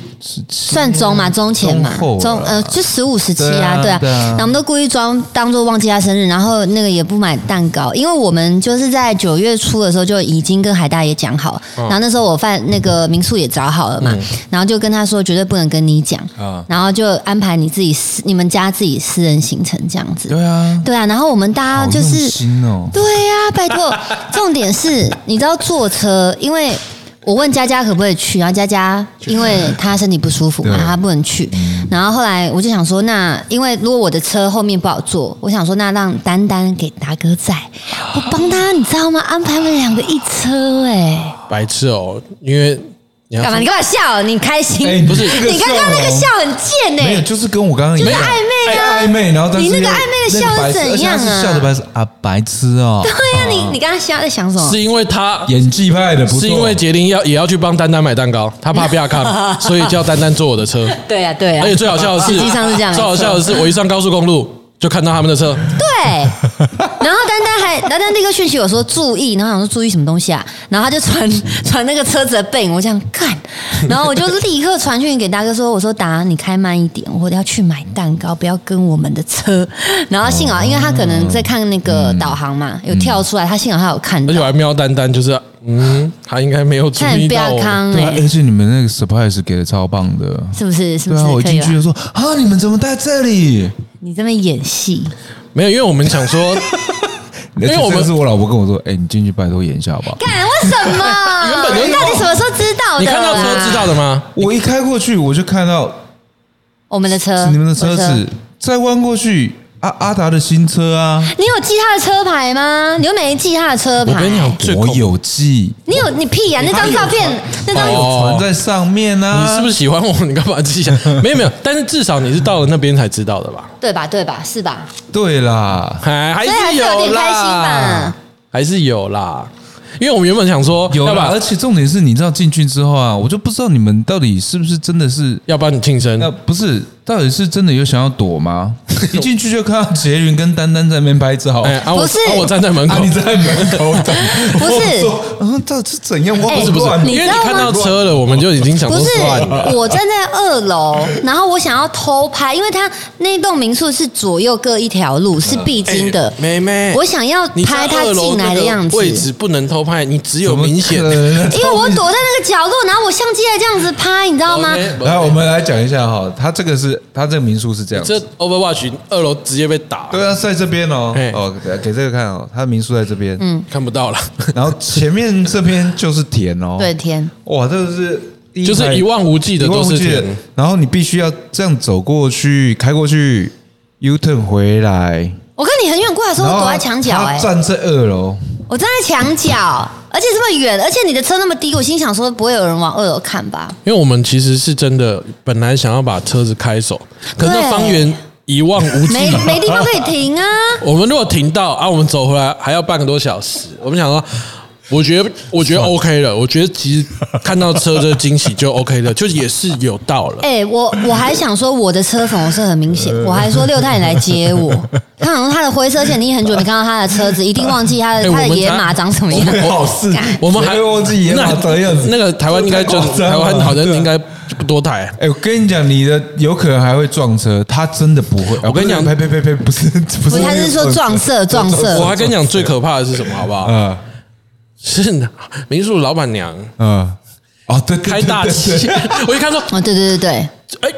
S2: 算中嘛，中前嘛
S3: 中后，啦
S2: 中呃就十五十七啊，
S3: 对
S2: 对
S3: 啊
S2: 啊，
S3: 对啊
S2: 然后我们都故意装当做忘记他生日，然后那个也不买蛋糕，因为我们就是在九月初的时候就已经跟海大爷讲好，
S3: 哦
S2: 然后那时候我饭那个民宿也找好了嘛，然后就跟他说绝对不能跟你讲，
S3: 嗯啊
S2: 然后就安排你自己私你们家自己私人行程这样子，
S3: 对啊，
S2: 对啊，然后我们大
S3: 好
S2: 家就
S3: 用
S2: 是
S3: 心哦，
S2: 对呀、拜托，重点是，你知道坐车，因为。我问佳佳可不可以去，然后佳佳因为她身体不舒服嘛，
S3: 对嗯
S2: 她不能去。然后后来我就想说，那因为如果我的车后面不好坐，我想说那让丹丹给达哥载，我帮他，你知道吗？安排他们两个一车哎、
S1: 白痴哦，因为你要
S2: 干嘛？你干嘛笑？你开心？
S3: 哎
S1: 不是
S3: 这
S2: 你刚刚那个笑很贱哎、
S3: 没有，就是跟我刚刚一样，
S2: 就是暧昧啊
S3: 哎暧昧，然后但
S2: 你
S3: 是
S2: 那个
S3: 又
S2: 暧昧的笑
S3: 那个白痴
S2: 是怎样啊
S3: 而且他是笑的白痴啊，白痴哦，
S2: 对呀、啊你你刚刚笑在想什么？
S1: 是因为他
S3: 演技派的不错
S1: 是因为杰林要也要去帮丹丹买蛋糕，他怕被他 看，所以叫丹丹坐我的车。
S2: 对呀、对呀、
S1: 而
S3: 哎
S1: 且最好笑的是，
S2: 实际上是这样没
S1: 最
S2: 错
S1: 好笑的是，我一上高速公路就看到他们的车，
S2: 对，然后丹丹还丹丹立刻讯息我说注意，然后想说注意什么东西啊，然后他就传传那个车子的背影，我想干，然后我就立刻传讯给大哥说，我说达你开慢一点，我要去买蛋糕，不要跟我们的车。然后幸好因为他可能在看那个导航嘛，有跳出来，他幸好他有看
S1: 而且
S2: 到，
S1: 我还瞄丹丹，就是嗯，他应该没有注
S2: 他很
S1: 意
S2: 不
S1: 到
S2: 要
S1: 我。
S2: 康
S3: 对
S2: 哎、
S3: 啊，而且你们那个 surprise 给的超棒的，
S2: 是不是？是不
S3: 对
S2: 是
S3: 啊，我一
S2: 可以
S3: 进
S2: 吧
S3: 去？就说啊，你们怎么在这里？
S2: 你这边演戏，
S1: 没有，因为我们想说，
S3: 因
S1: 为我们
S3: 是我老婆跟我说，哎，你进去拜托演一下好不好？
S2: 干为什么？
S1: 原本就
S2: 你到底什么时候知道的？
S1: 你看到车知道的吗？
S3: 我一开过去，我就看到
S2: 我们的车，
S3: 你们的
S2: 嗯我
S3: 车子，再弯过去，阿阿达的新车啊，
S2: 你有记他的车牌吗？你又没记他的车牌。
S1: 我跟你讲，最
S3: 我
S1: 恐
S3: 有记，
S2: 你有你屁啊呀、那张照片，那张、
S1: 哦
S3: 传在上面啊。
S1: 你是不是喜欢我？你干嘛自己想？没有没有，但是至少你是到了那边才知道的吧？
S2: 对吧？对吧？是吧？
S3: 对啦？
S1: 还还
S2: 所以还
S1: 是
S2: 是有
S1: 有
S2: 点开心
S1: 啦
S2: 吧，
S1: 还是有啦。因为我们原本想说，
S3: 有
S1: 要
S3: 啦，
S1: 把
S3: 而且重点是你知道进去之后啊，我就不知道你们到底是不是真的是。
S1: 要帮你庆生，
S3: 那不是，到底是真的有想要躲 吗？一进去就看到杰云跟丹丹在那边拍照，
S1: 哎，啊我
S2: 不是
S1: 啊我站在门
S3: 啊，
S1: 口
S3: 你，在门口等，
S2: 不是
S3: 我说， 嗯，到底是怎样？我
S2: 哎
S3: 好
S1: 是不是
S3: 乱？
S2: 你
S1: 因为
S2: 知
S1: 你
S2: 道吗
S1: 看到车了，我们就已经想
S2: 不
S1: 说
S2: 是
S1: 算了。，
S2: 我站在二楼，然后我想要偷拍，因为他那栋民宿是左右各一条路，是必经的。
S1: 妹妹，
S2: 我想要
S1: 你在
S2: 拍他
S1: 二楼
S2: 进来的
S1: 那个
S2: 样子，
S1: 位置不能偷拍，你只有
S3: 怎么
S1: 明显
S3: 可。能
S2: 因为我躲在那个角落，然后我相机还这样子拍，你知道吗？
S1: OK，
S3: 来，我们来讲一下哈，他这个是他这个民宿是这样子
S1: 这 Overwatch 二楼直接被打，
S3: 对啊，在这边哦
S1: 哎，
S3: 哦，给给这个看哦，他的民宿在这边，嗯，
S1: 看不到了，
S3: 然后前面这边就是田哦，
S2: 对，，天，
S3: 哇，这个是第
S1: 就
S3: 排
S1: 是一望无际的
S3: 一望
S1: 都
S3: 无
S1: 是
S3: 际的
S1: 田。
S3: 然后你必须要这样走过去，开过去，U turn 回来，
S2: 我看你很远过来的时候，
S3: 然
S2: 我
S3: 后
S2: 躲在墙角、
S3: 他
S2: 哎，
S3: 站在二楼，
S2: 我站在墙角，而且这么远，而且你的车那么低，我心想说不会有人往二楼 看吧？
S1: 因为我们其实是真的本来想要把车子开走，可是那
S2: 对
S1: 方圆一望无际，
S2: 没没地方可以 停啊！
S1: 我们如果停到啊，我们走回来还要半个多小时，我们想说。我觉得，我觉得 OK 了。我觉得其实看到车这惊喜就 OK 了，就也是有到了。
S2: 哎、我我还想说我的车粉红色很明显，我还说六太你来接我。他好像他的灰色线，你很久没看到他的车子，一定忘记他的、
S1: 哎我
S2: 他
S1: 们
S2: 的野
S1: 才
S2: 马长什么样。
S3: 好事
S1: 我们
S3: 谁
S1: 还
S3: 会忘记野马长样子
S1: 那个台湾应该就
S3: 这太夸张了啊
S1: 台湾好像应该不多台。
S3: 哎、我跟你讲，你的有可能还会撞车，他真的不会。
S1: 我跟你讲
S3: 呸呸呸呸，不是不
S2: 不
S3: 是，
S2: 是，他是说撞色撞
S3: 啊
S1: 我还
S2: 色。
S1: 跟你讲最可怕的是什么，好不好？
S3: 嗯
S1: 是民宿老板娘
S3: 嗯，哦对，对对
S1: 开大
S3: 对
S1: 气
S3: 对，
S1: 我一看说，
S2: 哦，对对对对，
S1: 哎，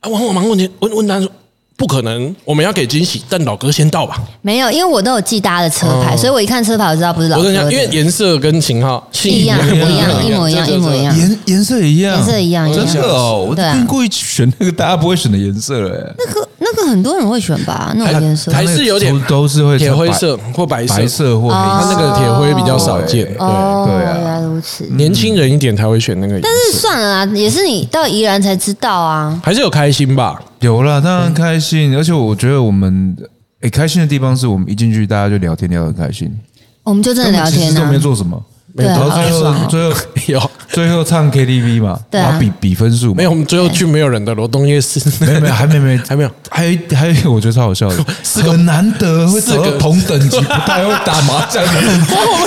S1: 啊王我忙问你问问他说，不可能，我们要给惊喜，但老哥先到吧。
S2: 没有，因为我都有记大家的车牌，所以我一看车牌我知道不是老
S1: 哦我
S2: 哥
S1: 跟你讲，
S2: 的。
S1: 因为颜色跟型号
S2: 一样
S1: 型
S2: 一样一模一样
S1: 这
S2: 一模一样
S3: 颜颜色一
S2: 嗯
S3: 样，
S2: 颜色一样一
S3: 真
S2: 样
S3: 的哦，我
S2: 对啊
S3: 更故意选那个大家不会选的颜色了，哎
S2: 那个那个很多人会选吧，那
S1: 还
S2: 种颜色。
S1: 还是有点
S3: 它那个都都是会
S1: 铁灰色或白色，
S3: 白色或
S1: 它那
S3: 黑色，
S1: 个铁灰比较少见。
S3: 对
S1: 对，
S2: 哦，
S3: 对啊
S2: 原来如此。
S1: 年轻人一点才会选那个颜色，
S2: 但是算了啦，也是你到宜兰才知道啊。
S1: 还是有开心吧。
S3: 有啦，当然开心。而且我觉得我们诶开心的地方是我们一进去大家就聊天聊得很开心，
S2: 我们就真的聊
S3: 根本
S2: 天
S3: 其实都没
S2: 啊，
S3: 做什么，
S2: 对啊
S3: 然后最
S2: 好爽
S3: 后
S2: 哦
S3: 最后
S1: 有
S3: 最后唱 KTV 嘛，
S2: 对啊
S3: 然后比比分数嘛
S1: 没有？我们最后去没有人的罗东夜市，
S3: 没有没有，还没没
S1: 还没有。
S3: 还有一还有一个我觉得超好笑的，很难得会找
S1: 四
S3: 到
S1: 个
S3: 同等级不太会打麻将的人，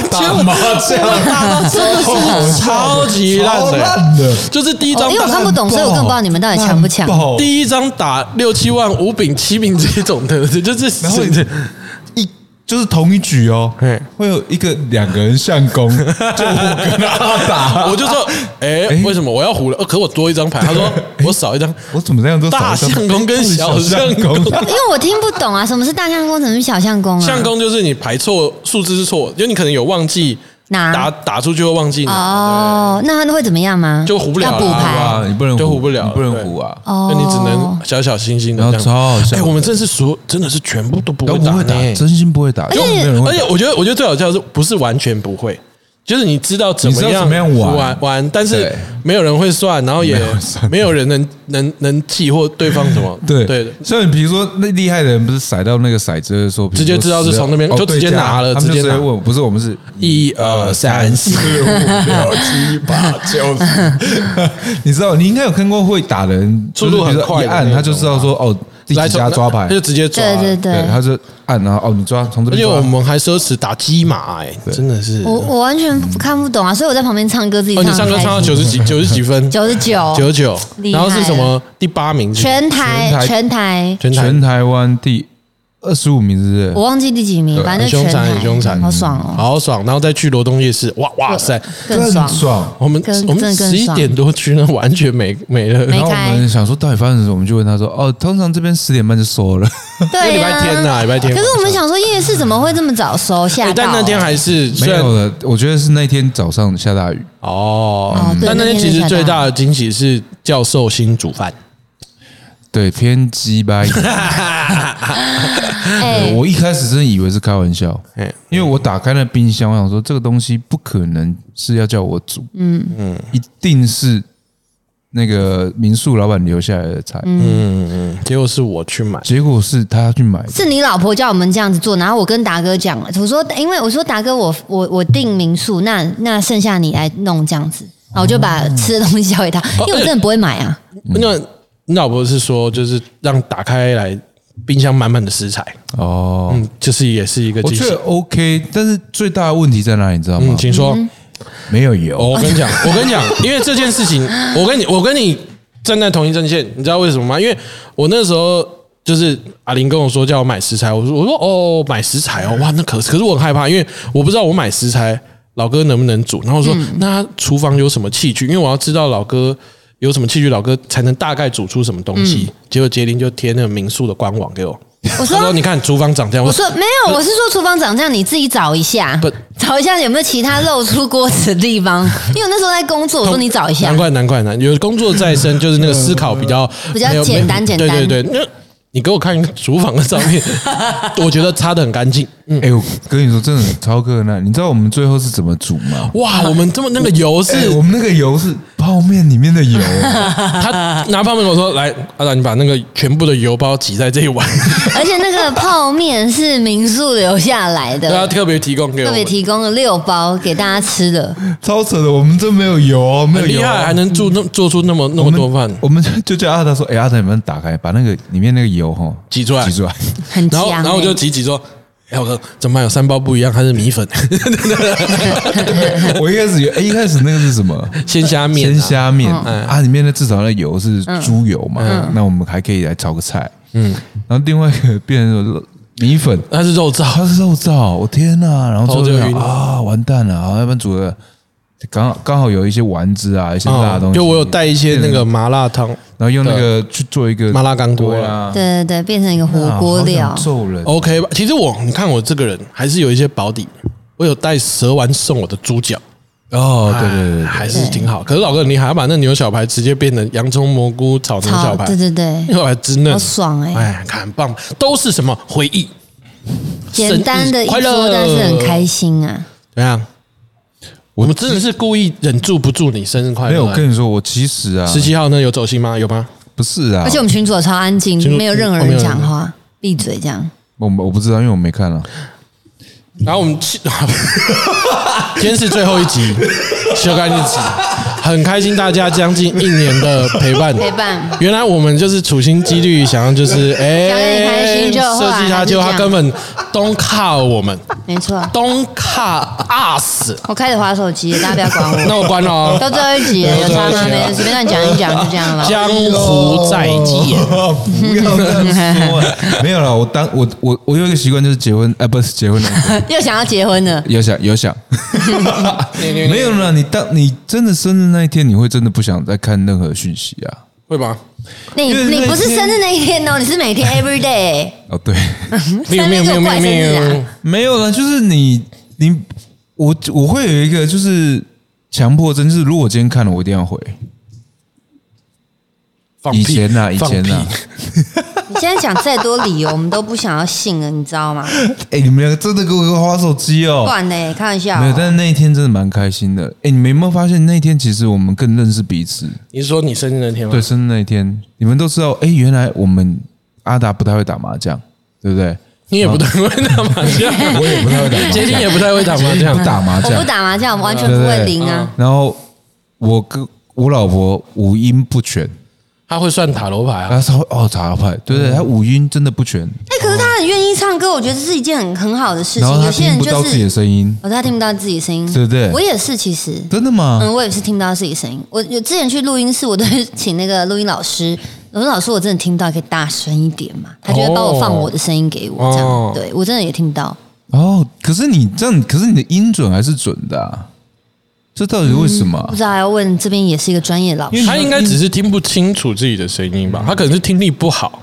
S3: 打麻将，
S1: 超级烂
S3: 超
S1: 的，
S3: 烂的，
S1: 就是第一
S2: 哦
S1: 张
S2: 因为我看
S1: 打
S2: 不懂，所以我更不知道你们到底强不强。
S3: 烂爆
S1: 第一张打六七万、五饼、七饼这种的，就是
S3: 然后
S1: 是
S3: 一就是同一局哦
S1: 嘿，
S3: 会有一个两个人相 公，就我跟他打，
S1: 我就 说，哎，为什么我要胡了？呃可我多一张牌，他说我少一张，
S3: 我怎么这样都
S1: 大
S3: 少一张
S1: 相公跟小相 公
S2: 因为我听不懂啊，什么是大相公，什么是小相公啊？
S1: 相公就是你排错数字是错，就你可能有忘记打
S2: 拿
S1: 打出去会忘记拿，
S2: 啊哦，那他会怎么样吗？
S1: 就糊不了
S2: 要补
S1: 啦
S3: 对
S2: 牌
S3: 啊，你不能
S1: 就唬不了
S3: 你不能
S1: 对
S3: 唬啊。
S1: 对
S2: 哦，
S1: 那你只能小小心心的
S3: 然后
S1: 这
S3: 超
S1: 样。
S3: 好笑
S1: 哎，我们真是所真的是全部都不
S3: 都
S1: 会
S3: 不
S1: 打
S3: 会打，
S1: 呢
S3: 真心不会打，就没有人
S1: 而
S3: 会
S1: 且
S3: 打。
S1: 我觉得，我觉得最好笑的是，不是完全不会，就是你知道怎么
S3: 你知道
S1: 样
S3: 怎么样玩
S1: 玩玩，但是
S3: 对
S1: 没有人会算，然后也
S3: 没有人算
S1: 没有人能 能能记或对方什么，
S3: 对
S1: 对，
S3: 所以比如说那厉害的人不是甩到那个骰子的时候，比如
S1: 直接
S3: 说
S1: 知道是
S3: 12
S1: 从那边
S3: 哦
S1: 就直接
S3: 对
S1: 拿了
S3: 他们就
S1: 直接拿
S3: 问，不是我们是
S1: 一二三四
S3: 呃五六七八九十，你知道你应该有看过会打的人，
S1: 速度很
S3: 就是比如说
S1: 快
S3: 一
S1: 的
S3: 按
S1: 那啊
S3: 他就知道说哦第几
S1: 来从
S3: 家抓牌
S1: 他，就直接抓，
S2: 对对对
S3: 他就按然后哦你抓从这
S1: 而
S3: 边
S1: 且
S3: 抓，
S1: 我们还奢侈打鸡马，哎，真的是，
S2: 我
S1: 哦，
S2: 我完全看不懂啊，所以我在旁边唱歌，自己
S1: 你
S2: 唱
S1: 上课唱到九十几九十几分，
S2: 九十九，
S1: 九九，
S2: 厉害
S1: 然后是什么
S2: 了
S1: 第八名是，
S2: 全台
S3: 全台
S2: 全台，
S1: 全台
S3: 全台湾第二十五名是不是？
S2: 我忘记第几名，反正就
S1: 很凶
S2: 全
S1: 残
S2: 台，
S1: 很凶残
S2: 好爽哦，
S1: 好爽，然后再去罗东夜市，哇哇塞，
S2: 更爽。
S3: 爽。
S1: 我们
S2: 更
S1: 我
S2: 真
S1: 们
S2: 的更
S1: 十一
S2: 爽
S1: 点多去呢，完全没没了，
S2: 没
S3: 然后我
S2: 开
S3: 们想说到底发生什么，我们就问他说：“哦，通常这边十点半就收了，
S1: 因为
S2: 对
S1: 礼拜天啊
S2: 呀、
S1: 呐，礼拜天晚
S2: 可
S1: 上。
S2: 是我们想说夜市怎么会这么早收？吓
S1: 哎，
S2: 到、
S1: 但那天还是
S3: 没
S1: 虽然
S3: 有了。”我觉得是那天早上下大雨，
S1: 哦
S2: 哦，对
S1: 但那
S2: 那
S1: 天
S2: 天
S1: 其实
S2: 下
S1: 最
S2: 大
S1: 大的惊喜是教授新煮 饭，
S3: 对，偏鸡巴一点。
S2: 哎、
S3: 我一开始真的以为是开玩笑，
S1: 哎，
S3: 因为我打开那冰箱，我想说这个东西不可能是要叫我煮，嗯嗯，一定是那个民宿老板留下来的菜。
S1: 嗯嗯，结果是我去买，
S3: 结果是他去买的，
S2: 是你老婆叫我们这样子做，然后我跟达哥讲了，我说因为我说达哥我我我订民宿，那那剩下你来弄这样子，然后我就把吃的东西交给他，
S1: 哦
S2: 因为我真的不会买啊。
S3: 嗯
S1: 那你老婆是说就是让打开来冰箱满满的食材，
S3: 哦，
S1: 嗯，就是也是一个
S3: 我
S1: 惊
S3: 觉
S1: 喜
S3: 得。OK，但是最大的问题在哪里，你知道吗
S1: 嗯，？请说。
S3: 没有油，
S1: 哦我跟你讲，我跟你讲，因为这件事情，我跟你，我跟你站在同一阵线，你知道为什么吗？因为我那时候就是阿玲跟我说叫我买食材，我说我说哦买食材哦，哇那可是可是我很害怕，因为我不知道我买食材老哥能不能煮，然后我说、那他厨房有什么器具，因为我要知道老哥。有什么器具，老哥才能大概煮出什么东西？结果杰林就贴那个民宿的官网给我，
S2: 我
S1: 他说：“
S2: 说
S1: 你看厨房长这样。”
S2: 我说没有，我是说厨房长这样，你自己找一下
S1: 哦不，
S2: 找一下有没有其他露出锅子的地方， 因为我那时候在工作，我说你找一下
S1: 哦 难。怪难怪难，有工作在身，就是那个思考比较
S2: 比较
S1: 没有
S2: 简
S1: 没
S2: 单
S1: 有
S2: 简单
S1: 对对对，那你给我看厨房的照片， 我觉得擦的很干净。嗯，
S3: 哎、我跟你说，真的很超克难。你知道我们最后是怎么煮吗？
S1: 哇， 我们这么那个油是
S3: 哎、，我们那个油是泡面里面的 油，
S1: 他拿泡面跟我说，来，阿达，你把那个全部的油包挤在这一 碗，
S2: 而且那个泡面是民宿留下来
S1: 然后
S2: 的，
S1: 特别提供给我
S2: 特
S1: 们
S2: 别，提供了六包给大家吃的。
S3: 超扯的。我们真没有油哦，没有
S1: 很厉
S3: 油哦、
S1: 啊害，还能做那做出那么那么多饭，
S3: 我们就叫阿达说：“哎、阿达，你们打开，把那个里面那个油哈
S1: 挤出来
S3: 挤出来。
S2: 很
S1: 然后
S2: 强
S1: 然后我
S2: 欸
S1: 就挤挤说。哎，我说怎么办有三包不一样？它是米粉、
S3: 我一开始以为，哎、一开始那个是什么？
S1: 鲜虾面、啊嗯
S3: 鲜，虾面、啊，里面的至少那油是
S2: 嗯
S3: 猪油嘛，那我们还可以来炒个菜。嗯，然后另外一个变成说米粉，啊
S1: 它是肉燥，
S3: 它是肉燥，我天呐、然后
S1: 嗯头
S3: 最后
S1: 就
S3: 就
S1: 晕
S3: 想啊，完蛋了，啊，要不然煮的刚好刚好有一些丸子啊，一些辣的东西，
S1: 哦就我有带一些那个麻辣烫，
S3: 然后用那个去做一个
S1: 麻辣干锅
S3: 对啊，
S2: 对对对，变成一个火锅料
S3: 啊好想。揍人
S1: OK 吧？其实我你看我这个人还是有一些保底，我有带蛇丸送我的猪脚，
S3: 哦，对对对对，
S1: 还是挺好。可是老哥很厉害，你还把那牛小排直接变成洋葱蘑菇炒牛小
S2: 超
S1: 排，
S2: 对对对，
S1: 牛小排汁嫩，
S2: 好爽哎
S1: 哎，看很棒，都是什么回忆？
S2: 简单的一
S1: 生日快
S2: 桌，
S1: 乐
S2: 但是很开心啊。
S1: 怎样？我们真的是故意忍住不住你生日快乐、
S3: 没有，我跟你说，我其实啊，
S1: 十七号那有走心吗？有吗？
S3: 不是啊，
S2: 而且我们群主有超安静
S1: 群，主
S2: 没有任何
S1: 哦没有人
S2: 人讲话，闭嘴这样。
S3: 我我不知道，因为我没看啊了。
S1: 然后我们去， 今天是最后一集，修改日集，很开心大家将近一年的陪伴。
S2: 陪伴
S1: 原来我们就是处心积虑想要就是哎，
S2: 想让你开心就好
S1: 设计它，
S2: 还是
S1: 就
S2: 这
S1: 它
S2: 样
S1: 根本 don't care 我们
S2: 没错，
S1: ，don't care us。
S2: 我开始划手机了，大家不要管我。
S1: 那我关了
S2: 到
S1: 哦，
S2: 最后一集了，有差吗？没随便乱讲一讲，就这 样了。
S1: 江湖再见。
S3: 不要这样说、啊没有了，我当我我我有一个习惯就是结婚，哎、不是结婚了，
S2: 又想要结婚了，
S3: 有想有 想，没有了。你当你真的生日那一天，你会真的不想再看任何讯息啊？
S1: 会吗？
S2: 你
S3: 因为那
S2: 你不是
S3: 天
S2: 生日那一天哦，你是每天 every day。
S3: 哦，对，
S2: 三妹给我怪生日啊
S1: 喵
S3: 没有了，就是你你我我会有一个就是强迫症，就是如果我今天看了，我一定要回。
S1: 放屁
S3: 以前呐、以
S1: 放
S3: 前啊呐、
S1: 屁
S2: 你现在讲再多理由，我们都不想要信了，你知道吗？
S3: 哎、你们两个真的给我个花手机哦
S2: 不。然呢？开玩笑
S3: 没有，但是那一天真的蛮开心的。哎、你们有没有发现那一天其实我们更认识彼此？
S1: 你是说你生日那天吗？
S3: 对，生日那一天，你们都知道，哎、原来我们阿达不太会打麻将，对不对？
S1: 你也不太会打麻将，
S3: 我也不太会打麻
S1: 杰林
S3: 将，
S1: 也不太会打麻
S3: 不
S1: 将，
S3: 打麻
S2: 我不
S3: 将。
S2: 打麻将，我完全不会赢啊。
S3: 然后我跟我老婆五音不全，
S1: 他会算塔罗牌啊。
S3: 她稍微哦打牌，对对，她五音真的不全，
S2: 哎、可是他很愿意唱歌，我觉得这是一件很很好的事
S3: 然
S2: 情。
S3: 后
S2: 有
S3: 她
S2: 些
S3: 听
S2: 人
S3: 不到
S2: 就
S3: 自己的
S2: 是，
S3: 声音，
S2: 我、哦、他听不到自己声音，
S3: 对不对啊
S2: 我也是，其实，
S3: 真的吗？
S2: 嗯，我也是听不到自己声音。我我之前去录音室，我都会请那个录音老师，我说老师，我真的听不到，可以大声一点嘛？他就会帮我放我的声音给我，这样，
S1: 哦
S2: 对我真的也听不到。
S3: 哦，可是你这样，可是你的音准还是准的、啊，这到底为什么啊？
S2: 不知道要问这边也是一个专业老师，
S1: 他应该只是听不清楚自己的声音
S3: 嗯
S1: 吧？他可能是听力不好，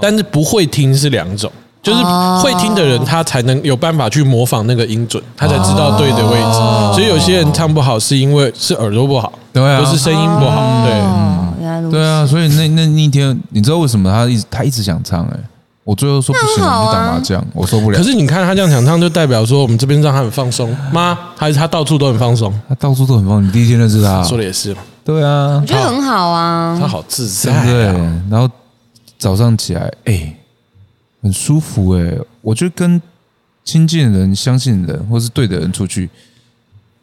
S1: 但是不会听是两种，就是
S2: 哦
S1: 会听的人他才能有办法去模仿那个音准，他才知道对的位
S2: 哦
S1: 置。所以有些人唱不好是因为是耳朵不好，
S3: 对啊
S1: 不是声音不好，对。
S2: 哦，原来如此。
S3: 嗯对啊，所以那那那一天，你知道为什么他一直他一直想唱、欸？哎，我最后说不行，
S2: 那很
S3: 你
S2: 好
S3: 去
S2: 啊
S3: 打麻将，我受不了
S1: 可。是你看他这样想唱，就代表说我们这边让他很放松吗？还是他到处都很放松？
S3: 他到处都很棒，你第一天认识他，
S1: 说的也是，
S3: 对啊
S2: 我，觉得很好啊。
S1: 他好自在
S3: 对不对
S1: 啊。？
S3: 然后早上起来，哎、很舒服哎、我觉得跟亲近的人、相信的人或是对的人出去，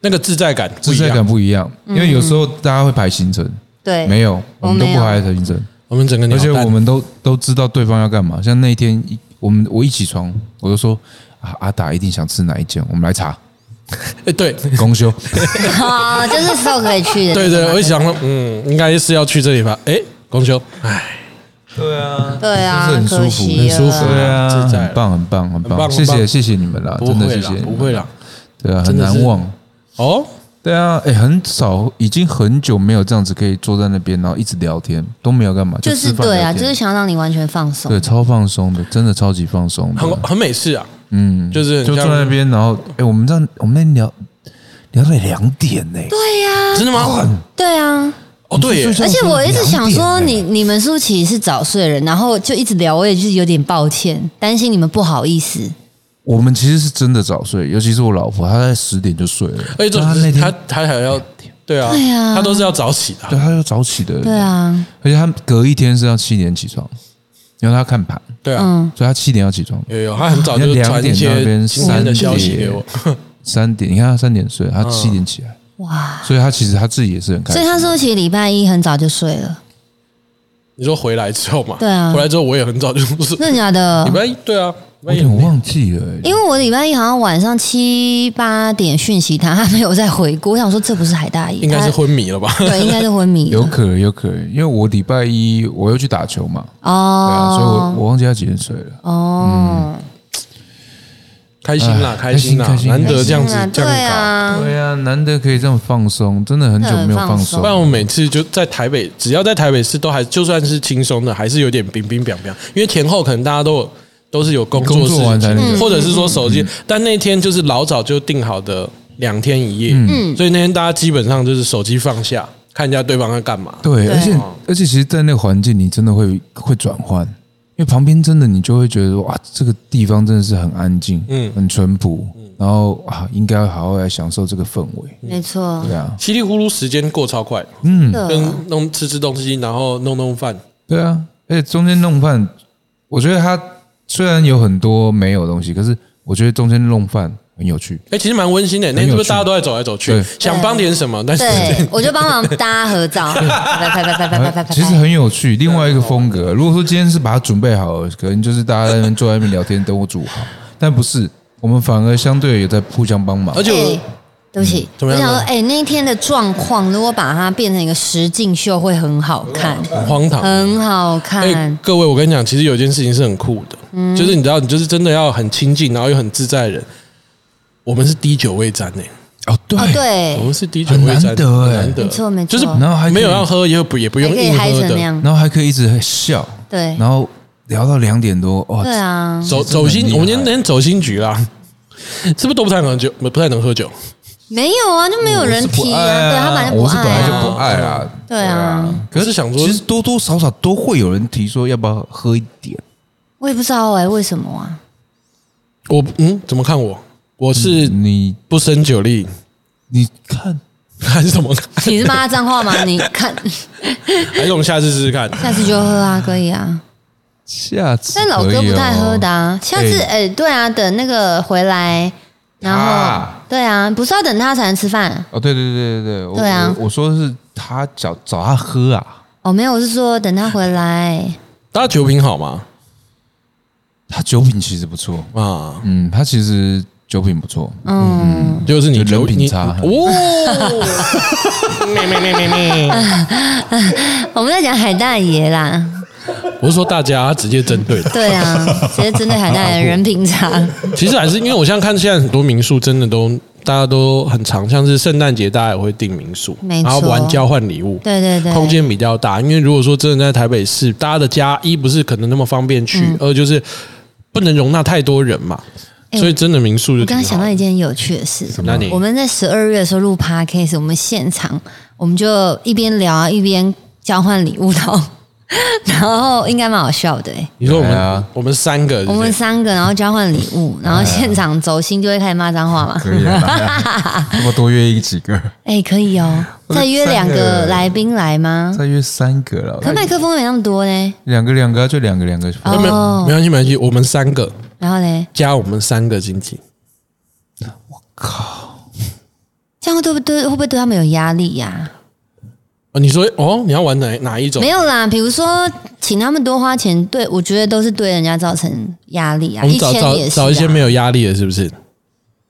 S1: 那个自在感不
S3: 自
S1: 一
S3: 在感
S1: 样。嗯
S3: 不一样。因为有时候大家会排行程，
S2: 对，
S3: 没有，
S2: 嗯我
S3: 我们都
S2: 没
S3: 不
S2: 有
S3: 排行程，
S1: 我们整个鸟
S3: 而且
S1: 蛋
S3: 我们都都知道对方要干嘛。像那一天，一我们我一起床，我就说啊，阿达一定想吃哪一间，我们来查
S1: 哎，对
S3: 公休。
S2: 啊，这是 so 可以去的。
S1: 对对，
S2: 地方
S1: 我一想说，嗯，应该是要去这里吧？哎，公休，哎。
S3: 对啊，
S2: 对啊，
S3: 是不是
S2: 可
S3: 很舒服
S2: 惜
S1: 很舒服
S3: 对啊，
S1: 自在
S3: 很棒，很棒，很
S1: 很棒
S3: 棒，谢
S1: 很
S3: 谢
S1: 棒
S3: 谢谢你们啦，
S1: 不
S3: 真的
S1: 会
S3: 谢
S1: 啦
S3: 谢，你们，
S1: 不会啦。
S3: 对啊，
S1: 真
S3: 很
S1: 的是
S3: 难忘。
S1: 哦，
S3: 对啊，哎，很少，已经很久没有这样子可以坐在那边，然后一直聊天，都没有干嘛，
S2: 就是
S3: 吃饭
S2: 对啊，
S3: 聊天
S2: 就是想让你完全放松
S3: 对，。超放松的，真的超级放松的，
S1: 很很美式啊，
S3: 嗯，
S1: 就是很
S3: 就坐
S1: 像
S3: 在那边，然后哎，我们这样，我们那天聊聊到两点呢，
S2: 对呀，
S1: 真的吗？
S2: 对啊。
S1: 哦，对耶，
S3: 就
S2: 而且我一直想说
S3: 两点
S2: 你，你们舒淇是早睡的人，然后就一直聊，我也就是有点抱歉，担心你们不好意思。
S3: 我们其实是真的早睡，尤其是我老婆，她在十点就睡了，啊
S1: 而且这
S3: 她那
S1: 他
S3: 天
S1: 他还要对啊，
S2: 对啊
S1: 他都是要早起的啊，
S3: 对，她又早起的，
S2: 对啊，
S3: 而且他隔一天是要七点起床，因为他看盘，
S1: 对啊，
S2: 嗯，
S3: 所以他七点要起床，
S1: 有有，他很早哦就
S3: 人家
S1: 传一
S3: 两点那
S1: 些
S3: 边
S1: 今天的
S3: 三
S1: 消息给
S3: 点
S1: 我，
S3: 三点你看他三点睡，他七点起来，
S2: 哇！
S3: 所以他其实他自己也是很开
S2: 所以
S3: 心。
S2: 他舒淇礼拜一很早就睡了，
S1: 你说回来之后嘛，
S2: 对啊
S1: 回来之后我也很早就是
S2: 真的假
S1: 礼
S2: 的？
S1: 拜一，对啊，
S3: 我
S1: 礼拜
S3: 有
S1: 一
S3: 点忘记了、欸，
S2: 因为我礼拜一好像晚上七八点讯息他，他没有再回过。我想说，这不是海大爷，
S1: 应该是
S2: 他
S1: 昏迷了
S3: 啊
S1: 吧？
S2: 对，应该是昏迷了
S3: 有可能有可能，因为我礼拜一我又去打球嘛，对啊，所以我
S2: 哦
S3: 我忘记他几点睡了。
S2: 哦，
S1: 开心啦，
S3: 哎
S1: 开心啦
S3: 开，心开
S1: 难
S3: 心
S1: 得这样子
S2: 啊
S1: 这
S2: 对
S1: 样搞。
S2: 啊，
S3: 对啊，难得可以这样放松，真的很久没有放松
S1: 不。然我每次就在台北，只要在台北市，都还就算是轻松的，还是有点冰冰凉凉。因为前后可能大家都有都是有工作
S3: 工
S1: 事
S3: 作完才
S2: 嗯
S1: 情，
S3: 能
S1: 或者是说手机。但那天就是老早就定好的两天一夜，
S3: 嗯
S1: 所以那天大家基本上就是手机放下，看一下对方在干嘛。
S3: 对，
S2: 对
S3: 而且而且，其实，在那个环境，你真的会会转换，因为旁边真的你就会觉得哇，这个地方真的是很安静，
S1: 嗯
S3: 嗯，很淳朴，然后啊，应该要好好来享受这个氛围，
S2: 没错，啊
S3: 对啊，
S1: 稀里糊涂，时间过超快，
S3: 嗯，
S2: 的
S1: 跟弄吃吃东西，然后弄弄饭，
S3: 对啊，而且中间弄饭，我觉得它虽然有很多没有的东西，可是我觉得中间弄饭很有趣，
S1: 哎，其实蛮温馨的。那天是不是大家都在走来走去
S3: 对，
S1: 想帮点什么，但是
S2: 对，我就帮忙大家合照，拍拍拍拍拍拍拍拍。
S3: 哎
S2: 哎
S3: 其实很有趣，另外一个风格。如果说今天是把它准备好了，可能就是大家在那边坐在那边聊天，等我煮好，但不是，我们反而相对也在互相帮忙
S1: 而。且我
S2: 哎对不起，
S1: 怎
S2: 我
S1: 么样
S2: 想
S1: 呢
S2: 说，哎、那一天的状况，如果把它变成一个实境秀，会很好看，
S1: 很荒唐。
S2: 很好
S1: 哎、
S2: 看。
S1: 各位，我跟你讲，其实有一件事情是很酷的，
S2: 嗯
S1: 就是你知道，你就是真的要很亲近，然后又很自在的人。我们是滴酒未沾呢、
S3: 哦，对
S2: 哦，对
S1: 我，们是滴酒未沾，
S3: 很难得
S1: 很
S3: 哎
S1: 难得，
S2: 没错没
S1: 就
S2: 错
S1: 是
S3: 然后还可以
S1: 没有要喝，也不也不
S2: 还
S1: 用
S2: 可以
S1: 硬
S2: 嗨
S1: 喝
S2: 成那
S1: 的。
S2: 样。
S3: 然后还可以一直笑，
S2: 嗯对，
S3: 然后聊到两点多，哇，哦
S2: 对啊，
S1: 走走心，
S3: 真的很厉
S1: 我
S3: 害
S1: 们今天走心局啦，是不是都不太能酒，不太能喝酒？
S2: 没有啊，就没有人提
S3: 哎
S2: 啊，对他本来就不
S3: 我是本
S2: 爱
S3: 来就
S2: 啊，
S3: 不爱啊。
S2: 对啊，
S1: 可是想说
S3: 其实多多少少都会有人提说要不要喝一点，
S2: 我也不知道哎、为什么啊？
S1: 我嗯，怎么看我？我是
S3: 你
S1: 不胜酒力，
S3: 你看，
S1: 还是怎么看？
S2: 你是骂他脏话吗？你看，
S1: 还是我们下次试试看？
S2: 下次就喝啊，可以啊。
S3: 下次哦
S2: 但老哥不太喝的啊，下次哎、对啊，等那个回来，然后、
S3: 他
S2: 对啊，不是要等他才能吃饭啊
S3: 哦，对对对对对，我
S2: 对啊
S3: 我我说的是他找找他喝啊，
S2: 哦，没有，我是说等他回来，
S1: 大家酒品好吗？
S3: 他酒品其实不错，
S1: 啊，
S3: 嗯，他其实酒品不错，
S2: 嗯，
S1: 就是你
S3: 就人
S1: 酒
S3: 品
S1: 你
S3: 差
S1: 哦，咩咩咩咩咩，
S2: 我们在讲海大爷啦，
S1: 我是说大家直接针对的。
S2: 对啊，直接针对海大爷人品差，
S1: 其实还是因为我现在看现在很多民宿真的都大家都很常，像是圣诞节大家也会订民宿，
S2: 没
S1: 然
S2: 错
S1: 后玩交换礼物，
S2: 对对对，
S1: 空间啊比较大。因为如果说真的在台北市，大家的家一不是可能那么方便去，
S2: 嗯
S1: 二就是不能容纳太多人嘛，
S2: 哎
S1: 所以真的民宿就
S2: 我
S1: 挺
S2: 刚刚想
S1: 好
S2: 到。一件很有趣的事，
S1: 那你
S2: 我们在十二月的时候录 podcast，我们现场我们就一边聊啊一边交换礼物到， 然后应该蛮好笑的、欸。
S1: 你说我
S3: 对
S1: 们
S3: 啊
S1: 我们三个是不
S2: 我
S1: 是，
S2: 们三个然后交换礼物，然后现场走心就会开始骂脏话嘛。
S3: 可以啊， 要不多约几个，
S2: 哎、可以哦，
S3: 我们
S2: 再约两
S3: 三
S2: 个
S3: 个
S2: 来宾来吗？
S3: 再约三个了，
S2: 可麦克风没那么多呢。
S3: 两个两个啊就两个两个，
S2: 哦
S1: 没有没关系没关系，我们三个
S2: 然后嘞，
S1: 加我们三个经济，
S2: 这样会对不对？会不会对他们有压力呀、
S1: 哦，你说哦，你要玩哪哪一种？
S2: 没有啦，比如说请他们多花钱，对我觉得都是对人家造成压力啊。
S1: 我们
S2: 一
S1: 找
S2: 千
S1: 找
S2: 也是、啊、
S1: 找一些没有压力的，是不是？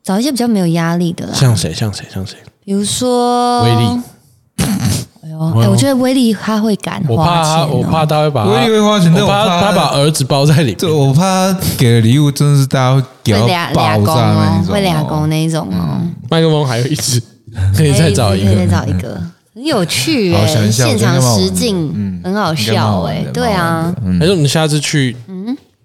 S2: 找一些比较没有压力的啦，
S1: 像谁？像谁？像谁？
S2: 比如说
S1: 威力，
S2: 哎呦，哎我觉得威力他会敢
S1: 我
S2: 花
S1: 怕
S2: 钱、
S1: 他，
S2: 哦，
S1: 我怕他会把他，
S3: 我以为花钱但
S1: 我
S3: 我
S1: 怕
S3: 怕
S1: 他
S3: 他
S1: 把儿子包在里
S3: 这
S1: 面。
S3: 我怕给的礼物真的是大家会给到
S2: 会俩俩
S3: 爆
S2: 公
S3: 炸那一
S2: 哦，
S3: 种，
S2: 会俩公那一种哦，
S1: 麦克风还有一 只，可以嗯再找一
S2: 可以
S1: 个。嗯
S2: 再找一个，很有趣
S3: 好
S2: 哎、
S3: 想一下
S2: 现场
S3: 我觉得蛮好玩的
S2: 实境，
S3: 嗯
S2: 很好
S3: 应该蛮
S2: 笑
S3: 好
S2: 哎、
S3: 玩的
S2: 对
S3: 蛮好
S2: 啊
S3: 玩，的嗯
S1: 还是我们下次去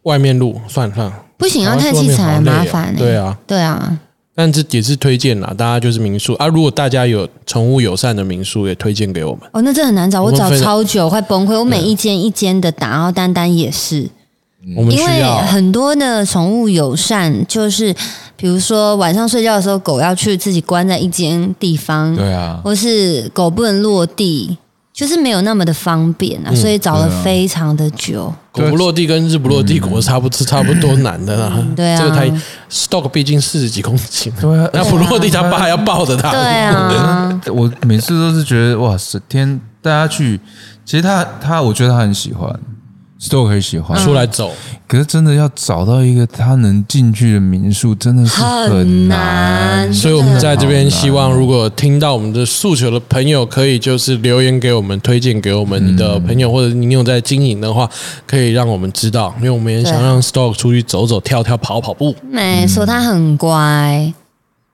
S1: 外面录，算了算了，
S2: 不行要
S1: 台湾
S2: 太
S1: 去外
S2: 器
S1: 面
S2: 材
S1: 好累
S2: 麻
S1: 哦
S2: 烦哎、
S1: 对啊，
S2: 对啊，
S1: 但这也是推荐啦，大家就是民宿啊，如果大家有宠物友善的民宿，也推荐给我们。
S2: 哦，那这很难找，
S1: 我
S2: 我
S1: 们
S2: 找
S1: 非常
S2: 超久，快崩溃。我每一间一间的打，然后丹丹也是，
S3: 嗯
S1: 我们
S2: 因
S1: 需
S2: 为
S1: 要
S2: 很多的宠物友善，就是比如说晚上睡觉的时候，狗要去自己关在一间地方，
S3: 对啊，
S2: 或是狗不能落地，就是没有那么的方便啊，
S1: 嗯
S2: 所以找
S3: 对
S2: 了
S3: 啊
S2: 非常的久。
S1: 狗不落地跟日不落
S3: 嗯
S1: 地狗差不多差不多难的啦。
S2: 对啊
S1: 这个太 stock 毕竟四十几公斤，
S3: 对啊
S1: 那不落地 他爸还要抱着他。
S2: 对啊，
S3: 我每次都是觉得哇塞，天，带他去，其实他他，我觉得他很喜欢，Stoke 很喜
S1: 嗯
S3: 欢，
S1: 出来走，
S3: 可是真的要找到一个他能进去的民宿，真的是
S2: 很
S3: 很
S2: 难
S3: 难。
S1: 所以我们在这边希望，如果听到我们的诉求的朋友，可以就是留言给我们，推荐给我们你的朋友，或者你有在经营的话，可以让我们知道，因为我们也想让 stock 出去走走跳跳跑跑步。
S2: 没错，它很乖。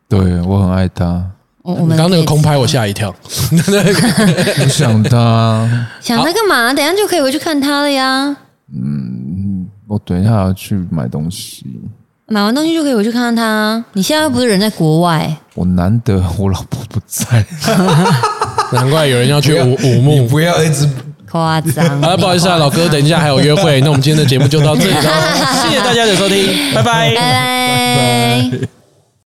S3: 对我很爱他，
S2: 我我
S1: 你
S2: 们
S1: 刚刚那
S2: 可
S1: 个
S2: 以
S1: 空拍我吓一跳，
S3: 我想他，
S2: 想它干嘛？等一下就可以回去看它了呀。
S3: 我等一下要去买东西，
S2: 买完东西就可以回去看看它啊。你现在又不是人在国外，
S3: 我难得我老婆不 在，
S1: 难怪有人要去五五
S3: 你
S1: 木。
S3: 不要一直
S2: 夸张。
S1: 好了，不好意思 啊，老哥，等一下还有约会，那我们今天的节目就到这里了，谢谢大家的收听，拜拜
S2: 拜拜。